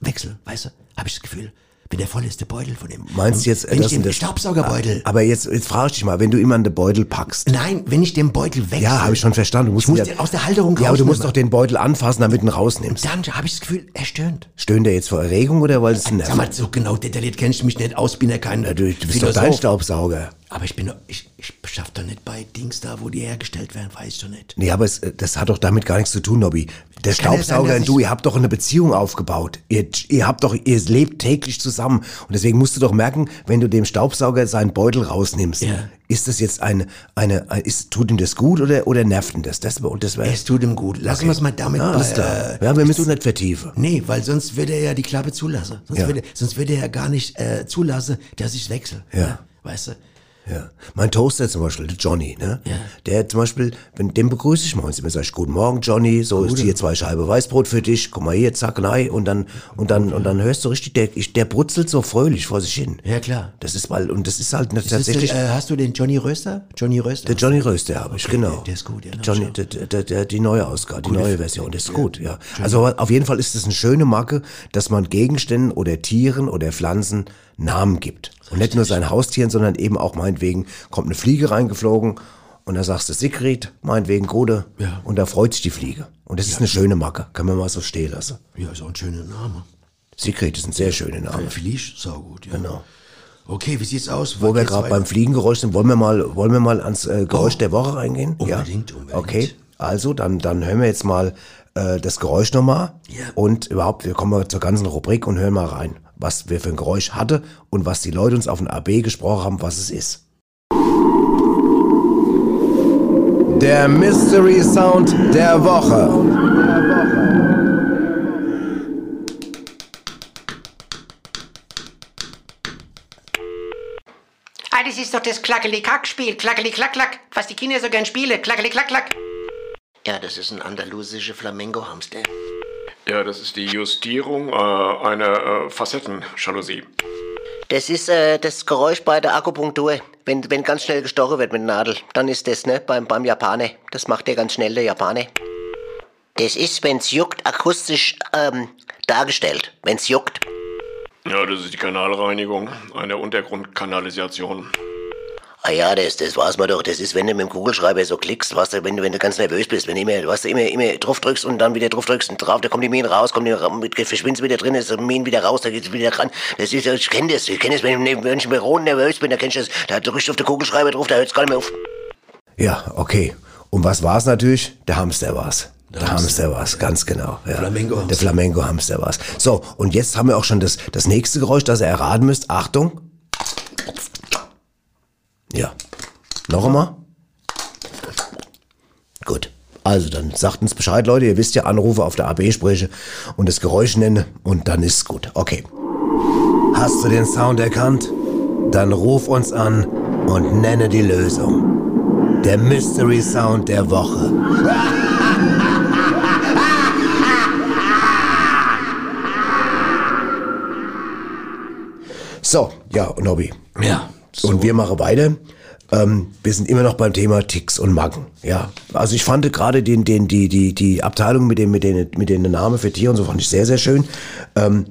Wechsel, weißt du? Habe ich das Gefühl. Wenn der voll ist, der Beutel von dem. Meinst du jetzt, äh, wenn ich sind den Staubsaugerbeutel. Aber jetzt, jetzt frage ich dich mal, wenn du immer an den Beutel packst. nein, wenn ich den Beutel wechsle. Ja, habe ich schon verstanden. Du musst Ich muss ihn den aus der Halterung Ja, aber du musst rausnehmen. doch den Beutel anfassen, damit du ihn rausnimmst. Dann habe ich das Gefühl, er stöhnt. Stöhnt der jetzt vor Erregung oder weil es nervt? Sag mal, so genau detailliert kennst du mich nicht aus, bin ja kein. Ja, Du, du bist doch dein Staubsauger. Aber ich bin doch, ich, ich schaff doch nicht bei Dings da, wo die hergestellt werden, weiß ich doch nicht. Nee, aber es, äh, das hat doch damit gar nichts zu tun, Nobby. Der Kann ja sein, Staubsauger dass und ich- du, ihr habt doch eine Beziehung aufgebaut. Ihr, ihr habt doch, ihr lebt täglich zusammen. Und deswegen musst du doch merken, wenn du dem Staubsauger seinen Beutel rausnimmst, Ja. ist das jetzt eine, eine, ein- ist, tut ihm das gut oder, oder nervt ihn das? Das, und das wäre, Es tut ihm gut. Lassen wir's mal damit ah, alles klar. ja, wir müssen nicht vertiefen. Nee, weil sonst würde er ja die Klappe zulassen. Sonst, Ja. würde, sonst würde er ja gar nicht äh, zulassen, dass ich wechsle. ne? Ja. Weißt du? Ja. Mein Toaster zum Beispiel, der Johnny, ne? Ja. Der zum Beispiel, wenn, den begrüße ich morgens immer, sag ich, guten Morgen, Johnny, so ist hier zwei Scheibe Weißbrot für dich, guck mal hier, zack, nein, und dann, und dann, und dann hörst du richtig, der, ich, der brutzelt so fröhlich vor sich hin. Ja, klar. Das ist mal, und das ist halt ne, Ist das tatsächlich, denn, äh, hast du den Johnny Röster? Johnny Röster? der Johnny Röster habe ich, genau. der- der ist gut, ja, Der na, Johnny, schau. der, der, der, der, die neue Ausgabe, die neue Version, das ist gut, ja. Also auf jeden Fall ist es eine schöne Marke, dass man Gegenständen oder Tieren oder Pflanzen Namen gibt. Und nicht nur seinen Haustieren, sondern eben auch meinetwegen kommt eine Fliege reingeflogen und da sagst du Sigrid, meinetwegen Gode, Ja. und da freut sich die Fliege. Und das ist eine schöne Marke, kann man mal so stehen lassen. Ja, ist auch ein schöner Name. Sigrid ist ein sehr schöner Name. Vielleicht, saugut, Oh, ja. Genau. Okay, wie sieht's aus? Wo Wann wir geht's gerade weiter? beim Fliegengeräusch sind, wollen wir mal, wollen wir mal ans äh, Geräusch Oh. der Woche reingehen? Unbedingt, unbedingt. Okay, also dann, dann hören wir jetzt mal äh, das Geräusch nochmal. Ja. Und überhaupt, wir kommen mal zur ganzen Rubrik und hören mal rein, was wir für ein Geräusch hatte und was die Leute uns auf den AB gesprochen haben, was es ist. Der Mystery Sound der Woche. Ah, das ist doch das Klackeli-Kack-Spiel. Klackeli-Klack-Klack, was die Kinder so gern spielen. Klackeli-Klack-Klack. Ja, das ist ein andalusischer Flamingo-Hamster. Ja, das ist die Justierung äh, einer äh, Facettenjalousie. Das ist äh, das Geräusch bei der Akupunktur. Wenn, wenn ganz schnell gestochen wird mit Nadel, dann ist das, ne? Beim, beim Japaner. Das macht der ganz schnell, der Japaner. Das ist, wenn's juckt, akustisch ähm, dargestellt. Wenn's juckt. Ja, das ist die Kanalreinigung einer Untergrundkanalisation. Ah ja, das, das war's mal doch. Das ist, wenn du mit dem Kugelschreiber so klickst, was du, wenn du, wenn du ganz nervös bist, wenn du immer, was du immer, immer drauf drückst und dann wieder drauf drückst und drauf, da kommt die Mine raus, kommt die ra- mit- verschwindest wieder drin, ist die Mine wieder raus, da geht's wieder ran. Das ist, ich kenn das, ich kenn das, wenn, ich- wenn ich im Büro nervös bin, da kenn ich das, da drückst du auf den Kugelschreiber drauf, da hört's gar nicht mehr auf. Ja, okay. Und was war es natürlich? Der Hamster war es. Der, Hamster, war's, war es, ganz genau. Ja. Flamingo-Hamster. Der Flamengo-Hamster war es. So, und jetzt haben wir auch schon das, das nächste Geräusch, das ihr erraten müsst. Achtung. Ja. Noch einmal? Gut. Also, dann sagt uns Bescheid, Leute. Ihr wisst ja, Anrufe auf der AB spreche und das Geräusch nenne und dann ist's gut. Okay. Hast du den Sound erkannt? Dann ruf uns an und nenne die Lösung. Der Mystery Sound der Woche. So, ja, und Nobby. Ja. Und wir machen weiter. Ähm, wir sind immer noch beim Thema Ticks und Macken. Ja, also ich fand gerade den, den, die, die, die Abteilung mit dem, mit den, mit den Namen für Tiere und so fand ich sehr, sehr schön. Ähm,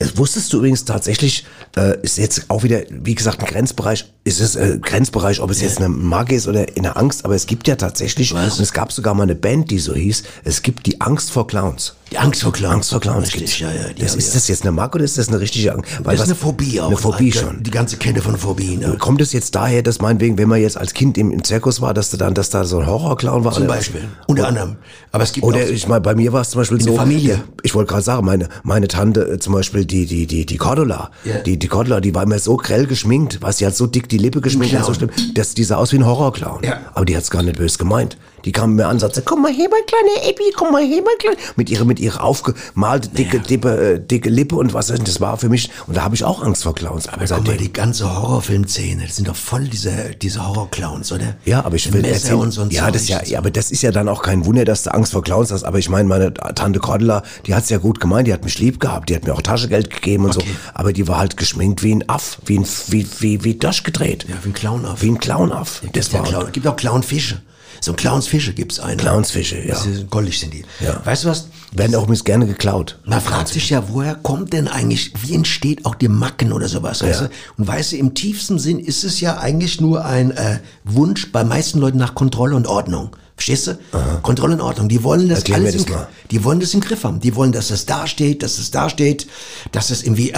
es wusstest du übrigens tatsächlich, äh, ist jetzt auch wieder, wie gesagt, ein Grenzbereich, ist es äh, Grenzbereich, ob es jetzt eine Marke ist oder eine Angst, aber es gibt ja tatsächlich, und es gab sogar mal eine Band, die so hieß, es gibt die Angst vor Clowns. Die Angst vor Clowns. Angst vor Clowns Richtig, gibt's. ja, ja, die das, hab ich ist das jetzt eine Marke oder ist das eine richtige Angst? Weil Das ist was- eine Phobie auch. halt, ne? Eine Phobie Die- schon. Äh, Die ganze Kette von Phobien. Ne? Kommt es jetzt daher, dass meinetwegen, wenn man jetzt als Kind im, im Zirkus war, dass du dann, dass da so ein Horrorclown war? Zum Oder- Beispiel. Unter anderem. Aber es gibt Oder auch, ich meine, bei mir war es zum Beispiel In so. der Familie. Ich wollte gerade sagen, meine, meine Tante, äh, zum Beispiel die, die, die, die Cordula, Ja. die, die Cordula, die war immer so grell geschminkt, weil sie hat so dick die Lippe geschminkt und so schlimm, Clown. dass die sah aus wie ein Horrorclown. Ja. Aber die hat es gar nicht böse gemeint. Die kam mir an und sagte, komm mal her, mein kleiner Epi, komm mal her, mein kleiner. Mit ihrer, mit ihrer aufgemalte dicke, Lippe, äh, dicke Lippe und was weiß ich, das war für mich, und da habe ich auch Angst vor Clowns. Aber Guck mal, seitdem- die ganze Horrorfilmszene, das sind doch voll diese, diese Horrorclowns, oder? Ja, aber ich Mit will Messer erzählen, und so ein ja, Zeug. das ist ja, ja, aber das ist ja dann auch kein Wunder, dass du Angst vor Clowns hast. Aber ich meine, meine Tante Cordula, die hat's ja gut gemeint, die hat mich lieb gehabt, die hat mir auch Taschengeld gegeben und so. Aber die war halt geschminkt wie ein Aff, wie ein, wie, wie, wie durchgedreht. Ja, wie ein Clown auf. Wie ein Clownaff. das war Clown. Gibt auch Clownfische. So ein Clownsfische gibt's einen. Clownsfische, ja. Das ist, goldig sind die. Ja. Weißt du was? Werden auch übrigens gerne geklaut. Man fragt sich ja, woher kommt denn eigentlich, wie entsteht auch die Macken oder sowas, weißt du? Und weißt du, im tiefsten Sinn ist es ja eigentlich nur ein äh, Wunsch bei meisten Leuten nach Kontrolle und Ordnung. Verstehst du? Kontrolle und Ordnung. Die wollen das Erklär alles mir das im, mal. Die wollen das im Griff haben. Die wollen, dass das dasteht, dass es dasteht, dass es irgendwie äh,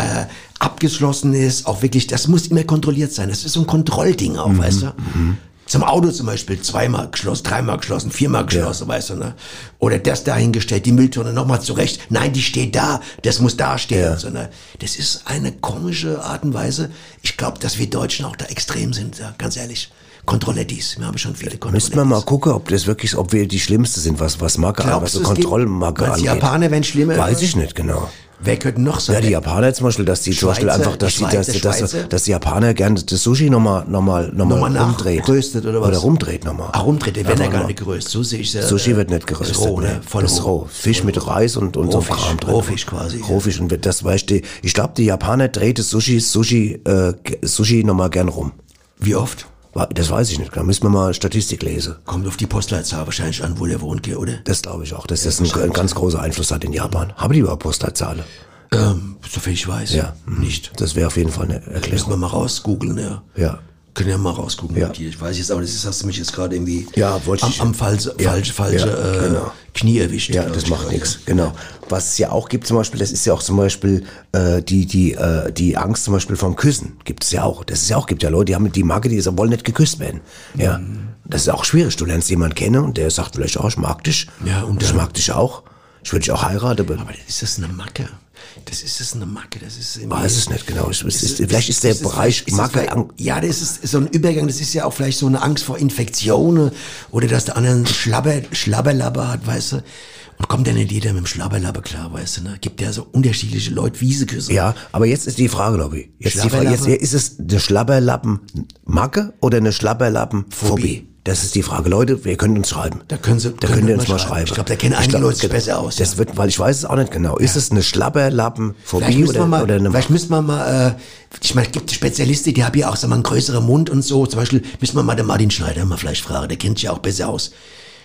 abgeschlossen ist. Auch wirklich, das muss immer kontrolliert sein. Das ist so ein Kontrollding Mhm. auch, weißt du? Mhm. Zum Auto zum Beispiel zweimal geschlossen, dreimal geschlossen, viermal geschlossen, weißt du, ne? Oder das dahingestellt, die Mülltonne nochmal zurecht. Nein, die steht da, das muss da stehen. und So, ne? Das ist eine komische Art und Weise. Ich glaube, dass wir Deutschen auch da extrem sind, ja, ganz ehrlich. Kontrollettis, wir haben schon viele Kontrollettis. Müssten wir mal gucken, ob das wirklich, ob wir die Schlimmste sind, was, was Macke, was so du, es geht- Kontrollmacke meinst du, angeht. Die Japaner werden schlimmer. Weiß ich nicht genau. Wer könnte noch sein? Ja, die Japaner zum Beispiel, dass die zum Beispiel Schweizer, einfach, dass die die, dass, die- Schweizer, dass, Schweizer. dass die Japaner gerne das Sushi nochmal noch mal, noch mal Nochmal rumdreht. nachgeröstet oder was? Oder rumdreht nochmal. Ach, rumdreht, der Ja, wird ja noch gar mal. nicht geröstet. So sehe ich ja, Sushi äh, wird nicht Ist geröstet. roh, nee. ne? Voll das ist roh. roh. Fisch mit Reis und, und so Rohfisch, Kram drin. Rohfisch quasi, ja. Rohfisch. Und das weißt du, ich glaube, die Japaner dreht das Sushi, Sushi, äh, ge- Sushi nochmal gern rum. Wie oft? Wa- Das weiß ich nicht. Da müssen wir mal Statistik lesen. Kommt auf die Postleitzahl wahrscheinlich an, wo der wohnt, gell, oder? Das glaube ich auch, dass das einen, einen ganz großen Einfluss hat in Japan. Haben die überhaupt Postleitzahlen? Ähm, soviel ich weiß. Ja. Hm. Nicht. Das wäre auf jeden Fall eine Müssen Erklärung. wir mal rausgoogeln, ja. Ja. Können ja mal rausgucken. Ja. ob die- Ich weiß jetzt, aber das ist, hast du mich jetzt gerade irgendwie Ja, wollte am, ich- am falsche, falsche, falsche ja, äh, genau. Knie erwischt. Ja, glaub das ich. macht nichts. Genau. Was es ja auch gibt zum Beispiel, das ist ja auch zum Beispiel äh, die, die, äh, die Angst zum Beispiel vom Küssen. Gibt es ja auch. Das ist ja auch, gibt ja Leute, die haben die Marke, die sagen, wollen nicht geküsst werden. Ja. Das ist auch schwierig. Du lernst jemanden kennen und der sagt vielleicht, oh, ich mag dich. Ja, und ich dann- mag dich auch. Ich würde dich auch heiraten. Aber, Aber ist das eine Macke? Das ist das eine Macke. Das ist irgendwie- weiß es nicht genau. Ich, es ist, es- vielleicht ist der es Bereich ist es Marke. vielleicht- Ja, das ist so ein Übergang. Das ist ja auch vielleicht so eine Angst vor Infektionen oder dass der andere einen Schlabber, Schlabberlabber hat, weißt du. Und kommt dann nicht jeder mit dem Schlabberlabber klar, weißt du, ne? Gibt ja so unterschiedliche Leute, wie sie küssen. Ja, aber jetzt ist die Frage, Lobby. Jetzt, die Frage, jetzt Schlabberlappen? ist es eine Schlabberlappen-Macke oder eine Schlabberlappen-Phobie? Das ist die Frage. Leute, wir können uns schreiben. Da können Sie- da könnt ihr uns mal schreiben. genau. Ich glaub, da kennen einige Leute sich besser aus, Das ja. wird, weil ich weiß es auch nicht genau. Ist es eine Vielleicht Schlabberlappen-Phobie müssen wir oder, mal, oder eine vielleicht müssen wir mal, äh, ich meine, es gibt Spezialisten, die haben ja auch, sag mal, einen größeren Mund und so. Zum Beispiel müssen wir mal den Martin Schneider mal vielleicht fragen. Der kennt sich ja auch besser aus.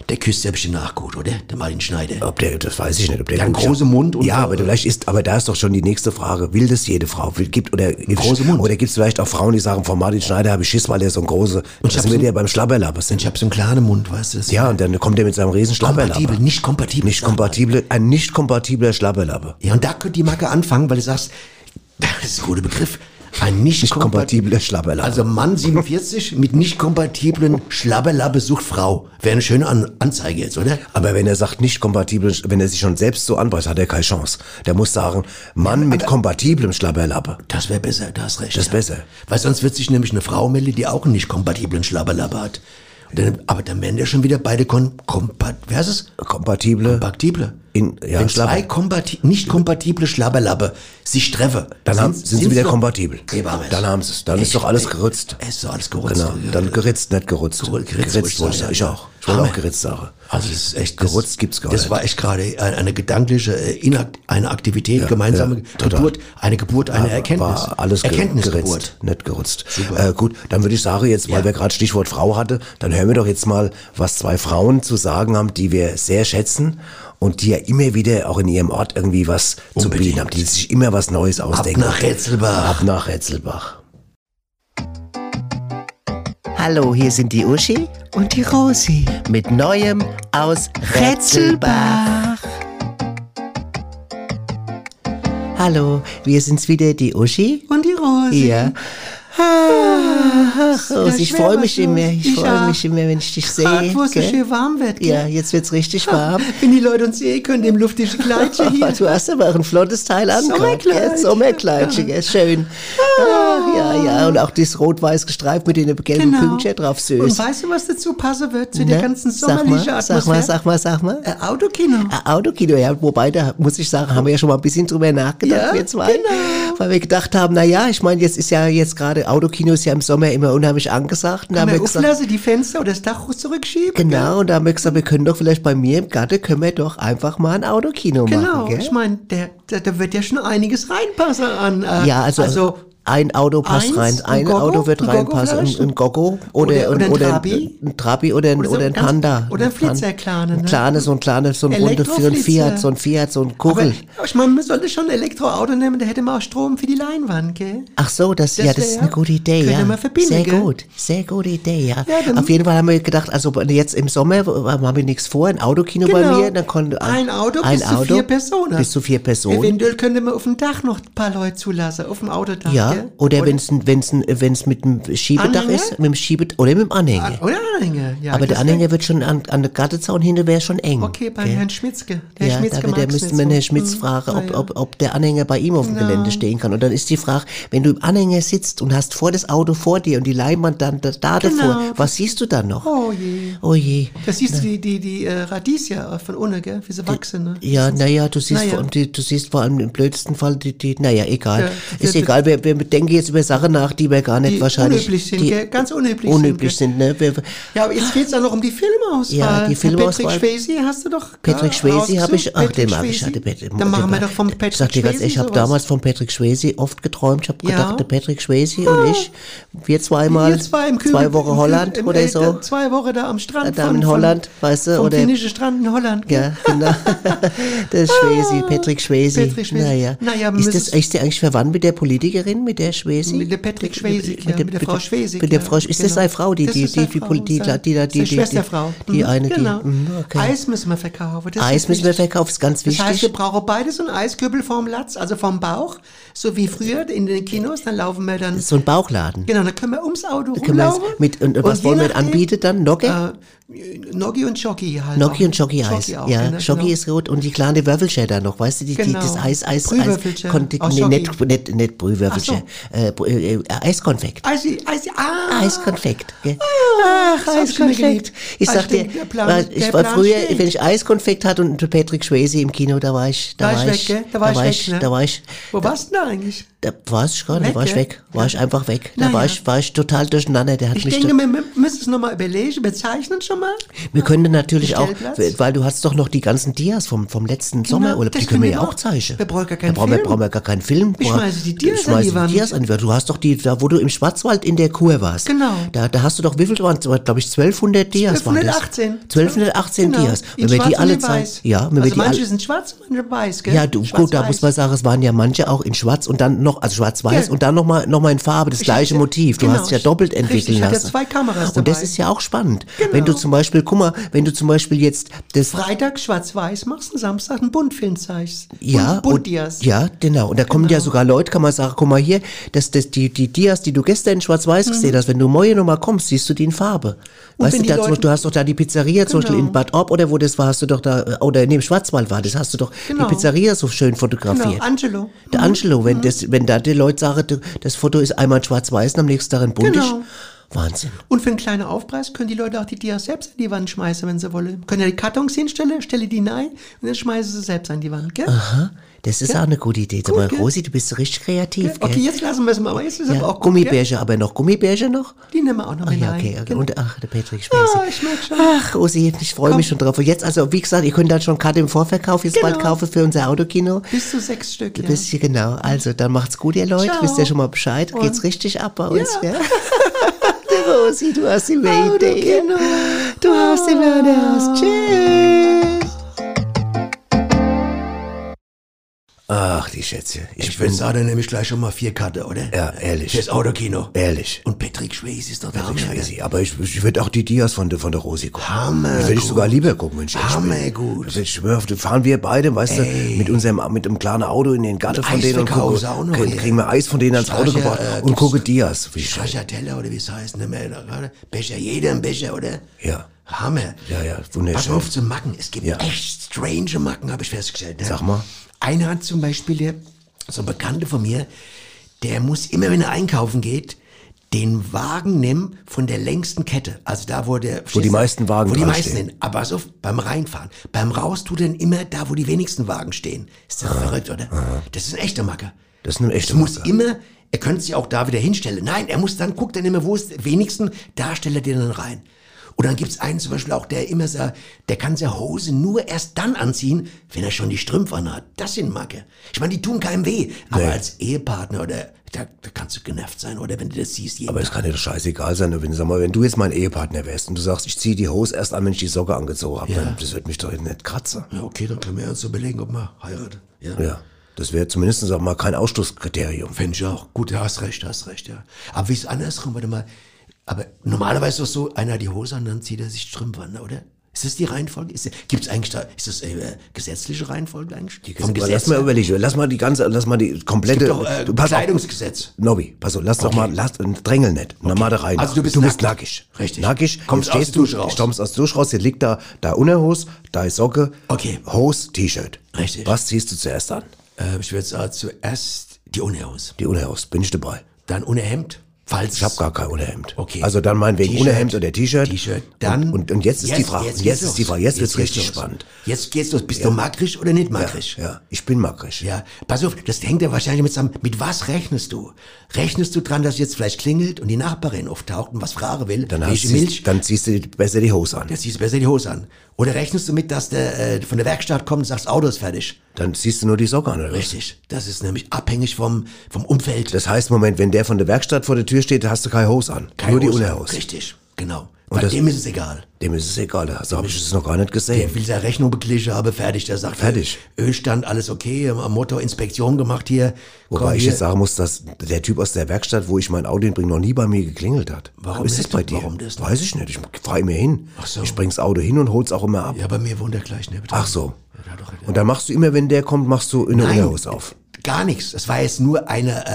Der küsst ja bestimmt nach gut, oder? Der Martin Schneider. Ob der, das weiß ich nicht. Ob der Der hat einen gut- großen Mund und- ja, aber vielleicht ist, aber da ist doch schon die nächste Frage. Will das jede Frau? Will, gibt oder großen Mund. oder gibt es vielleicht auch Frauen, die sagen, von Martin Schneider habe ich Schiss, weil der so ein großer. Und hab das sind so- wir ja beim Schlabberlappen. Ich habe so einen kleinen Mund, weißt du? Das Ja, und dann kommt er mit seinem riesen kompatibel, Schlabberlappen. nicht kompatibel. Nicht kompatible, ein nicht kompatibler Schlabberlappe. Ja, und da könnte die Macke anfangen, weil du sagst, das ist ein guter Begriff. Ein nicht, Nicht kompatibler Schlabberlappe. Also Mann 47 mit nicht kompatiblen Schlabberlappe sucht Frau. Wäre eine schöne An Anzeige jetzt, oder? aber wenn er sagt nicht kompatibel, wenn er sich schon selbst so anpasst, hat er keine Chance. Der muss sagen, Mann mit kompatiblem Schlabberlappe. Das wäre besser, da hast recht. Das ist ja. besser. Weil sonst wird sich nämlich eine Frau melden, die auch einen nicht kompatiblen Schlabberlappe hat. Und Dann, aber dann wären ja schon wieder beide kon kompat wer ist es? Kompatible. kompatible. In- ja, Wenn Schlabber. zwei kompati nicht kompatible Schlabberlappe sich treffen, Dann haben, sind's- sind sie sind's wieder noch- kompatibel. Ey, war es. Dann haben sie es. Dann ist Echt, doch alles ey. gerützt. Es ist doch alles gerutzt. Genau. Dann geritzt, nicht gerutzt. Geritzt, wollte ich Geritzt wollte ich sagen, sagen. Ich ja. auch. Ich wollte auch Hammer. geritzt sagen. Also das ist echt Gerutzt gibt's gar Das nicht. war echt gerade äh, eine gedankliche äh, Inakt, eine Aktivität, gemeinsame ja, total. Geburt, eine Geburt, eine Erkenntnis. War alles ge- Erkenntnisgeburt. geritzt, nicht gerutzt. Super. Äh, gut, dann würde ich sagen, jetzt, weil Ja. wir gerade Stichwort Frau hatte, dann hören wir doch jetzt mal, was zwei Frauen zu sagen haben, die wir sehr schätzen und die ja immer wieder auch in ihrem Ort irgendwie was zu bieten haben, die sich immer was Neues ausdenken. nach Rätselbach. Ab nach Rätselbach. Hallo, hier sind die Uschi Und die Rosi. mit Neuem aus Rätselbach. Hallo, wir sind's wieder, die Uschi. Und die Rosi. Ah, Ja. Ach, Rosi, ich schwer freue was mich los. immer. Ich Ich freue auch. mich immer, wenn ich dich sehe. Grad, wo es so gell? schön warm wird. gell? Ja, jetzt wird's richtig warm. Wenn die Leute uns sehen können, im luftischen Kleidchen hier. Du hast aber auch ein flottes Teil an. Sommerkleid. Sommerkleidchen, gell? schön. Ah. Ach, ja, ja. Und auch das rot-weiß gestreift mit den gelben Pünktchen drauf, Genau. Und süß. weißt du, was dazu passen wird? Zu der Ne? ganzen Sag sommerlichen Atmosphäre? mal, Sag mal, sag Ah, mal, sag mal. Äh, Autokino. Ein Autokino, ja. Wobei, da muss ich sagen, haben wir ja schon mal ein bisschen drüber nachgedacht, Ja, wir zwei. genau. Weil wir gedacht haben, na ja, ich meine, jetzt ist ja jetzt gerade, Autokino ist ja im Sommer immer unheimlich angesagt. Und da Kann haben wir man gesagt, auflassen, die Fenster oder das Dach zurückschieben? genau, und da haben wir gesagt, wir können doch vielleicht bei mir im Garten, können wir doch einfach mal ein Autokino Genau, machen, gell? ich meine, da, da, da wird ja schon einiges reinpassen an. äh, ja, also, ein Auto passt eins, rein, ein ein Goggo, Auto wird ein Goggo reinpassen, ein, vielleicht, ein Goggo oder, oder- oder ein oder Trabi. ein Trabi oder ein, oder so ein ein ganz- Panda. oder ein Flitzer, Pan- kleine, Ein ne? kleines, so ein kleines, so ein rundes, so ein Elektroflitzer. Fiat, so ein Fiat, so ein aber, Kugel. aber ich meine, man sollte schon ein Elektroauto nehmen, da hätte man auch Strom für die Leinwand, gell? Ach so, das, Das ja, das wär ist ja- eine gute Idee, könnte ja. man verbinden, sehr gell? gut, sehr gute Idee, ja. Ja, dann- Auf jeden Fall haben wir gedacht, also jetzt im Sommer wo- haben wir nichts vor, ein Autokino bei Genau. mir, dann konnte ein Auto bis zu vier Personen. Bis zu vier Personen. Eventuell könnte man auf dem Dach noch ein paar Leute zulassen, auf dem Autodach. Ja, gell? oder wenn's ein- wenn's ein- wenn's mit dem Schiebedach Anhänger? Ah, ist, mit dem Schiebedach oder mit dem Anhänger. Oder Anhänger, ja. Aber der das wär- Anhänger wird schon an, an der Gartenzaun hinten wäre schon eng. Okay, beim gell? Herrn Schmitzke. Der ja, da wird, der mag's müsste nicht man so. Herrn Schmitz Hm, fragen, ob, naja. ob, ob der Anhänger bei ihm auf dem Gelände stehen kann. Und dann ist die Frage, wenn du im Anhänger sitzt und hast vor das Auto vor dir und die Leinwand dann da, da davor, was siehst du dann noch? Genau. Oh je. Oh je. Das siehst du, die, die, die äh, Radieschen von unten, gell? Wie sie wachsen, ne? Ja, naja, du siehst, Naja. Vor allem die, du siehst vor allem im blödsten Fall die, die naja, egal. Ja, ist die- egal, wir, wir denken jetzt über Sachen nach, die wir gar nicht Die wahrscheinlich. unüblich sind, die gell? Ganz unüblich sind, Unüblich gell? sind, ne? Wir, Ja, aber jetzt geht's auch noch um die Filmauswahl. Ja, die Filmauswahl. Patrick Schwesi hast du doch. Patrick Schwesi habe ich, ach, den den mag ich. ja, den Patrick- Dann machen wir den- doch vom Patrick Ich sag dir ganz Schwesi ehrlich, ich habe sowas. damals von Patrick Schwesi oft geträumt. Ich habe Ja. gedacht, der Patrick Schwesi und ich, wir zweimal, Ihr zwei im Kübel, zwei Wochen im Kübel- Holland im- oder äh, so. Zwei Wochen da am Strand. Da in Holland, weißt du, Vom oder- finnischen Strand in Holland. gell? Ja, genau. Der Schwesi, Patrick Schwesi. Ah, Patrick Schwesi. Naja, Naja, ist, das, müsstest- ist der eigentlich verwandt mit der Politikerin, mit mit der Schwesig? Mit der Patrick Schwesig, ja, der- mit der Frau Schwesig, Mit der ja, Frau, ist das genau. seine Frau, die, Das die, ist die, seine die, Frau, die, die, seine- die, die, die, seine die, Schwesterfrau. die, die Mhm, eine, die, genau. Mhm, okay. Eis müssen wir verkaufen. das Eis ist Ah, müssen wir wichtig. verkaufen, ist ganz Das heißt, wichtig. wir brauchen beide so einen Eiskübel vom Latz, also vom Bauch, so wie früher in den Kinos, dann laufen wir dann... So ein Bauchladen. Genau, dann können wir ums Auto mhm. Können wir rumlaufen. jetzt mit, und, und was je wollen wir nachdem- Ah, anbieten dann? Nogge? Noggi und Schocki halt. Gnocchi auch. und Schocki-Eis. Schocki auch, Ja, genau, Schocki genau. ist rot und die kleine Würfelschäder noch, weißt du, die, die, Genau. das Eis, Eis, Eis, Brühwürfelchen Konti- aus nee, Schocki. nicht, nicht, nicht Brühwürfelchen, äh, Br- äh, äh, Eiskonfekt. Also, Eisi, Eisi, ah! Eiskonfekt. gell? Ach, Eiskonfekt. Ich sag Ah, dir, der Plan, weil der ich war Plan früher, steht. wenn ich Eiskonfekt hatte und Patrick Schwese im Kino, da war ich, da war ich, gell? Da war ich weg, ne? da war ich, Wo warst du denn eigentlich? da war ich gar nicht, Weg, da war ich gell? weg, war ich einfach weg. Da Na ja. war ich, war ich total durcheinander, der hat Ich mich denke, da- wir mü- müssen es nochmal überlegen, bezeichnen schon mal. Wir können natürlich auch, Stellplatz? weil du hast doch noch die ganzen Dias vom, vom letzten Genau, Sommerurlaub, die das können wir können ja wir auch auch. zeichnen. Wir brauchen gar Da keinen brauchen wir- Film. brauchen wir gar keinen Film. Ich Brauchen- schmeiße die Dias ich schmeiße an die Wand. Die Dias an die Wand. Du hast doch die, da wo du im Schwarzwald in der Kur warst. Genau. Da, da hast du doch, wie viel waren glaube ich, 1200 Dias waren das. 1218. 1218 Genau, Dias. in Wenn wir schwarz die und alle in zeigen. weiß. Ja, wenn wir also die manche alle. sind schwarz, manche weiß, gell? Ja, du, gut, da muss man sagen, es waren ja manche auch in schwarz und dann noch, also schwarz-weiß Gell. und dann nochmal noch mal in Farbe, das Ich gleiche hatte- Motiv. Du genau, hast ja ich- doppelt richtig, entwickeln ich hatte lassen. zwei Kameras Und das dabei. ist ja auch spannend. Wenn Genau. du zum Beispiel, guck mal, wenn du zum Beispiel jetzt das Freitag schwarz-weiß machst und Samstag einen Buntfilm zeigst. ja, Bunt- Buntdias. Und, ja, genau. Und da kommen ja sogar Leute, kann man sagen, guck mal hier, das, das, die, die Dias, die du gestern in Schwarz-Weiß gesehen hast, wenn du morgen nochmal kommst, siehst du die in Farbe. Mhm. Und weißt wenn du, die da, zum Leute- Beispiel, du hast doch da die Pizzeria, zum Beispiel Genau. in Bad Orb oder wo das war, hast du doch da, äh, oder neben Schwarzwald war das, hast du doch Genau. die Pizzeria so schön fotografiert. Genau, mhm. Angelo. Der Angelo, wenn, das, wenn da die Leute sagen, du, das Foto ist einmal in schwarz-weiß und am nächsten Tag in buntisch. Genau. Wahnsinn. Und für einen kleinen Aufpreis können die Leute auch die Dias selbst an die Wand schmeißen, wenn sie wollen. Können ja die Kartons hinstellen, stelle die rein und dann schmeißen sie selbst an die Wand, gell? Aha, das ist auch eine gute Idee. Sag Gut, mal, gell? Rosi, du bist so richtig kreativ. Okay, gell? jetzt lassen wir es mal. aber Jetzt ist Ja, aber auch gut, gell? Gummibärchen, aber noch Gummibärchen noch? Die nehmen wir auch noch Ach mit ja, rein. okay, okay. Genau. Und ach, der Patrick Schweizer. Ah, ich merk schon. Ach, oh, Rosi, ich freue mich schon drauf. Und jetzt, also wie gesagt, ihr könnt dann schon Karte im Vorverkauf jetzt bald Genau. kaufen für unser Autokino. Bis zu sechs Stück, ja. Bis hier, genau. Also, dann macht's gut, ihr Leute. Ciao. Wisst ihr schon mal Bescheid? Und- Geht's richtig ab bei uns, ja? Der Rosi, du hast die Oh, Idee. Autokino. Du hast die Mörder. Ah. Tschüss. Ach, die Schätze. Ich, Ich würde bin sagen, dann nehme ich gleich schon mal vier Karte, oder? Ja, ehrlich. Fürs Autokino. ehrlich. Und Patrick Schweiz ist doch da. Patrick Swayze. Aber ich, ich würde auch die Dias von, der- von der Rosi gucken. Hammer. Die würde ich sogar lieber gucken, wenn ich ehrlich bin. Hammergut. Ich schwör, da fahren wir beide, weißt du, mit unserem mit einem kleinen Auto in den Garten von Eis denen und verkaufen gucken, sie auch noch kriegen, hier. kriegen wir Eis von denen ans Auto Streicher, gebracht äh, und gibt's- gucken Dias. Wie schön. Stracciatella oder wie es heißt, ne? mehr da gerade. Becher, jeder ein Becher, oder? Ja. Hammer. Ja, ja, Pass wunderschön. auf zu Macken. Es gibt Ja. echt strange Macken, habe ich festgestellt. Ne? Sag mal. Einer hat zum Beispiel, hier, so ein Bekannter von mir, der muss immer, wenn er einkaufen geht, den Wagen nehmen von der längsten Kette. Also da, wo der... Wo die meisten Wagen Wo die dran meisten stehen. hin. Aber pass auf, beim Reinfahren. Beim Raus tut er ihn immer da, wo die wenigsten Wagen stehen. Ist das verrückt, oder? Das ist ein echter Macker. Das ist eine echte Es muss Macke. immer, er könnte sich auch da wieder hinstellen. Nein, er muss dann, guckt dann immer, wo ist wenigsten, da stellt er den dann rein. Und dann gibt's einen zum Beispiel auch, der immer sagt, der kann seine Hose nur erst dann anziehen, wenn er schon die Strümpfe anhat. Das sind Macke. Ich meine, die tun keinem weh. Aber Nee. als Ehepartner oder, da, da kannst du genervt sein, oder wenn du das siehst. Jeden Aber es Tag. kann dir doch scheißegal sein, wenn, sag mal, wenn du jetzt mein Ehepartner wärst und du sagst, ich ziehe die Hose erst an, wenn ich die Socke angezogen habe, dann das wird mich doch nicht kratzen. Ja, okay, dann können wir uns überlegen, ob wir heiraten. Ja. Ja. Das wäre zumindest sag mal kein Ausschlusskriterium. Finde ich auch. Gut, da hast recht, da hast recht, ja. Aber wie ist andersrum? Warte mal. Aber normalerweise ist doch so, einer hat die Hose an, dann zieht er sich Strümpfe an, oder? Ist das die Reihenfolge? Ist, gibt's eigentlich da, ist das äh, gesetzliche Reihenfolge eigentlich? Die Aber lass mal überlegen, lass mal die ganze, lass mal die komplette. gibt doch äh, du, pass auf, Kleidungsgesetz. Nobby, pass auf, lass doch mal, lass, drängel nicht. Na, mal da rein. Also du bist du bist nackig. nackig. Richtig. Nackig, Kommst jetzt aus stehst der Dusche du, raus. Kommst aus der Dusche raus, hier liegt da, da Unterhose, da ist Socke. Okay. Hose, T-Shirt. Richtig. Was ziehst du zuerst an? Äh, ich würde sagen, zuerst die Unterhose, Die Unterhose, bin ich dabei. dann ohne Hemd, falls... Ich habe gar kein Unterhemd. Okay. Also dann meinetwegen T-Shirt. Unterhemd oder T-Shirt. T-Shirt, dann... Und, und, und jetzt ist die Frage, jetzt, geht's ist die los. Frage, jetzt, wird's geht's richtig los. spannend. Jetzt geht's los. Bist du magrisch oder nicht Ja, magrisch? ja, ich bin magrisch. Ja, pass auf, das hängt ja wahrscheinlich mit zusammen. Mit was rechnest du? Rechnest du dran, dass jetzt vielleicht klingelt und die Nachbarin auftaucht und was fragen will? Dann, hast, Welche Milch? Milch? dann ziehst du besser die Hose an. Dann ziehst du besser die Hose an. Oder rechnest du mit, dass der äh, von der Werkstatt kommt und sagst, Auto ist fertig? Dann ziehst du nur die Socke an, oder? was? Richtig. Das ist nämlich abhängig vom, vom Umfeld. Das heißt, Moment, wenn der von der Werkstatt vor der Tür steht, hast du keine Hose an. Keine Nur die Hose. Unterhose. Richtig, genau. Bei das- dem ist es egal. Dem ist es egal, also habe ich es noch gar nicht gesehen. Der will seine Rechnung beglichen habe, fertig. Der sagt, Fertig. Ölstand, alles okay, am Motor Inspektion gemacht hier. Wobei Komm ich hier. jetzt sagen muss, dass der Typ aus der Werkstatt, wo ich mein Auto hinbringe, noch nie bei mir geklingelt hat. Warum ist das nicht? bei dir? Warum das nicht? Weiß ich nicht. Ich fahre immer hin. Ach so. Ich bring's Auto hin und hol's auch immer ab. Ja, bei mir wohnt er gleich, ne? Ach so. Und dann machst du immer, wenn der kommt, machst du eine Unterhose auf. Gar nichts. Das war jetzt nur eine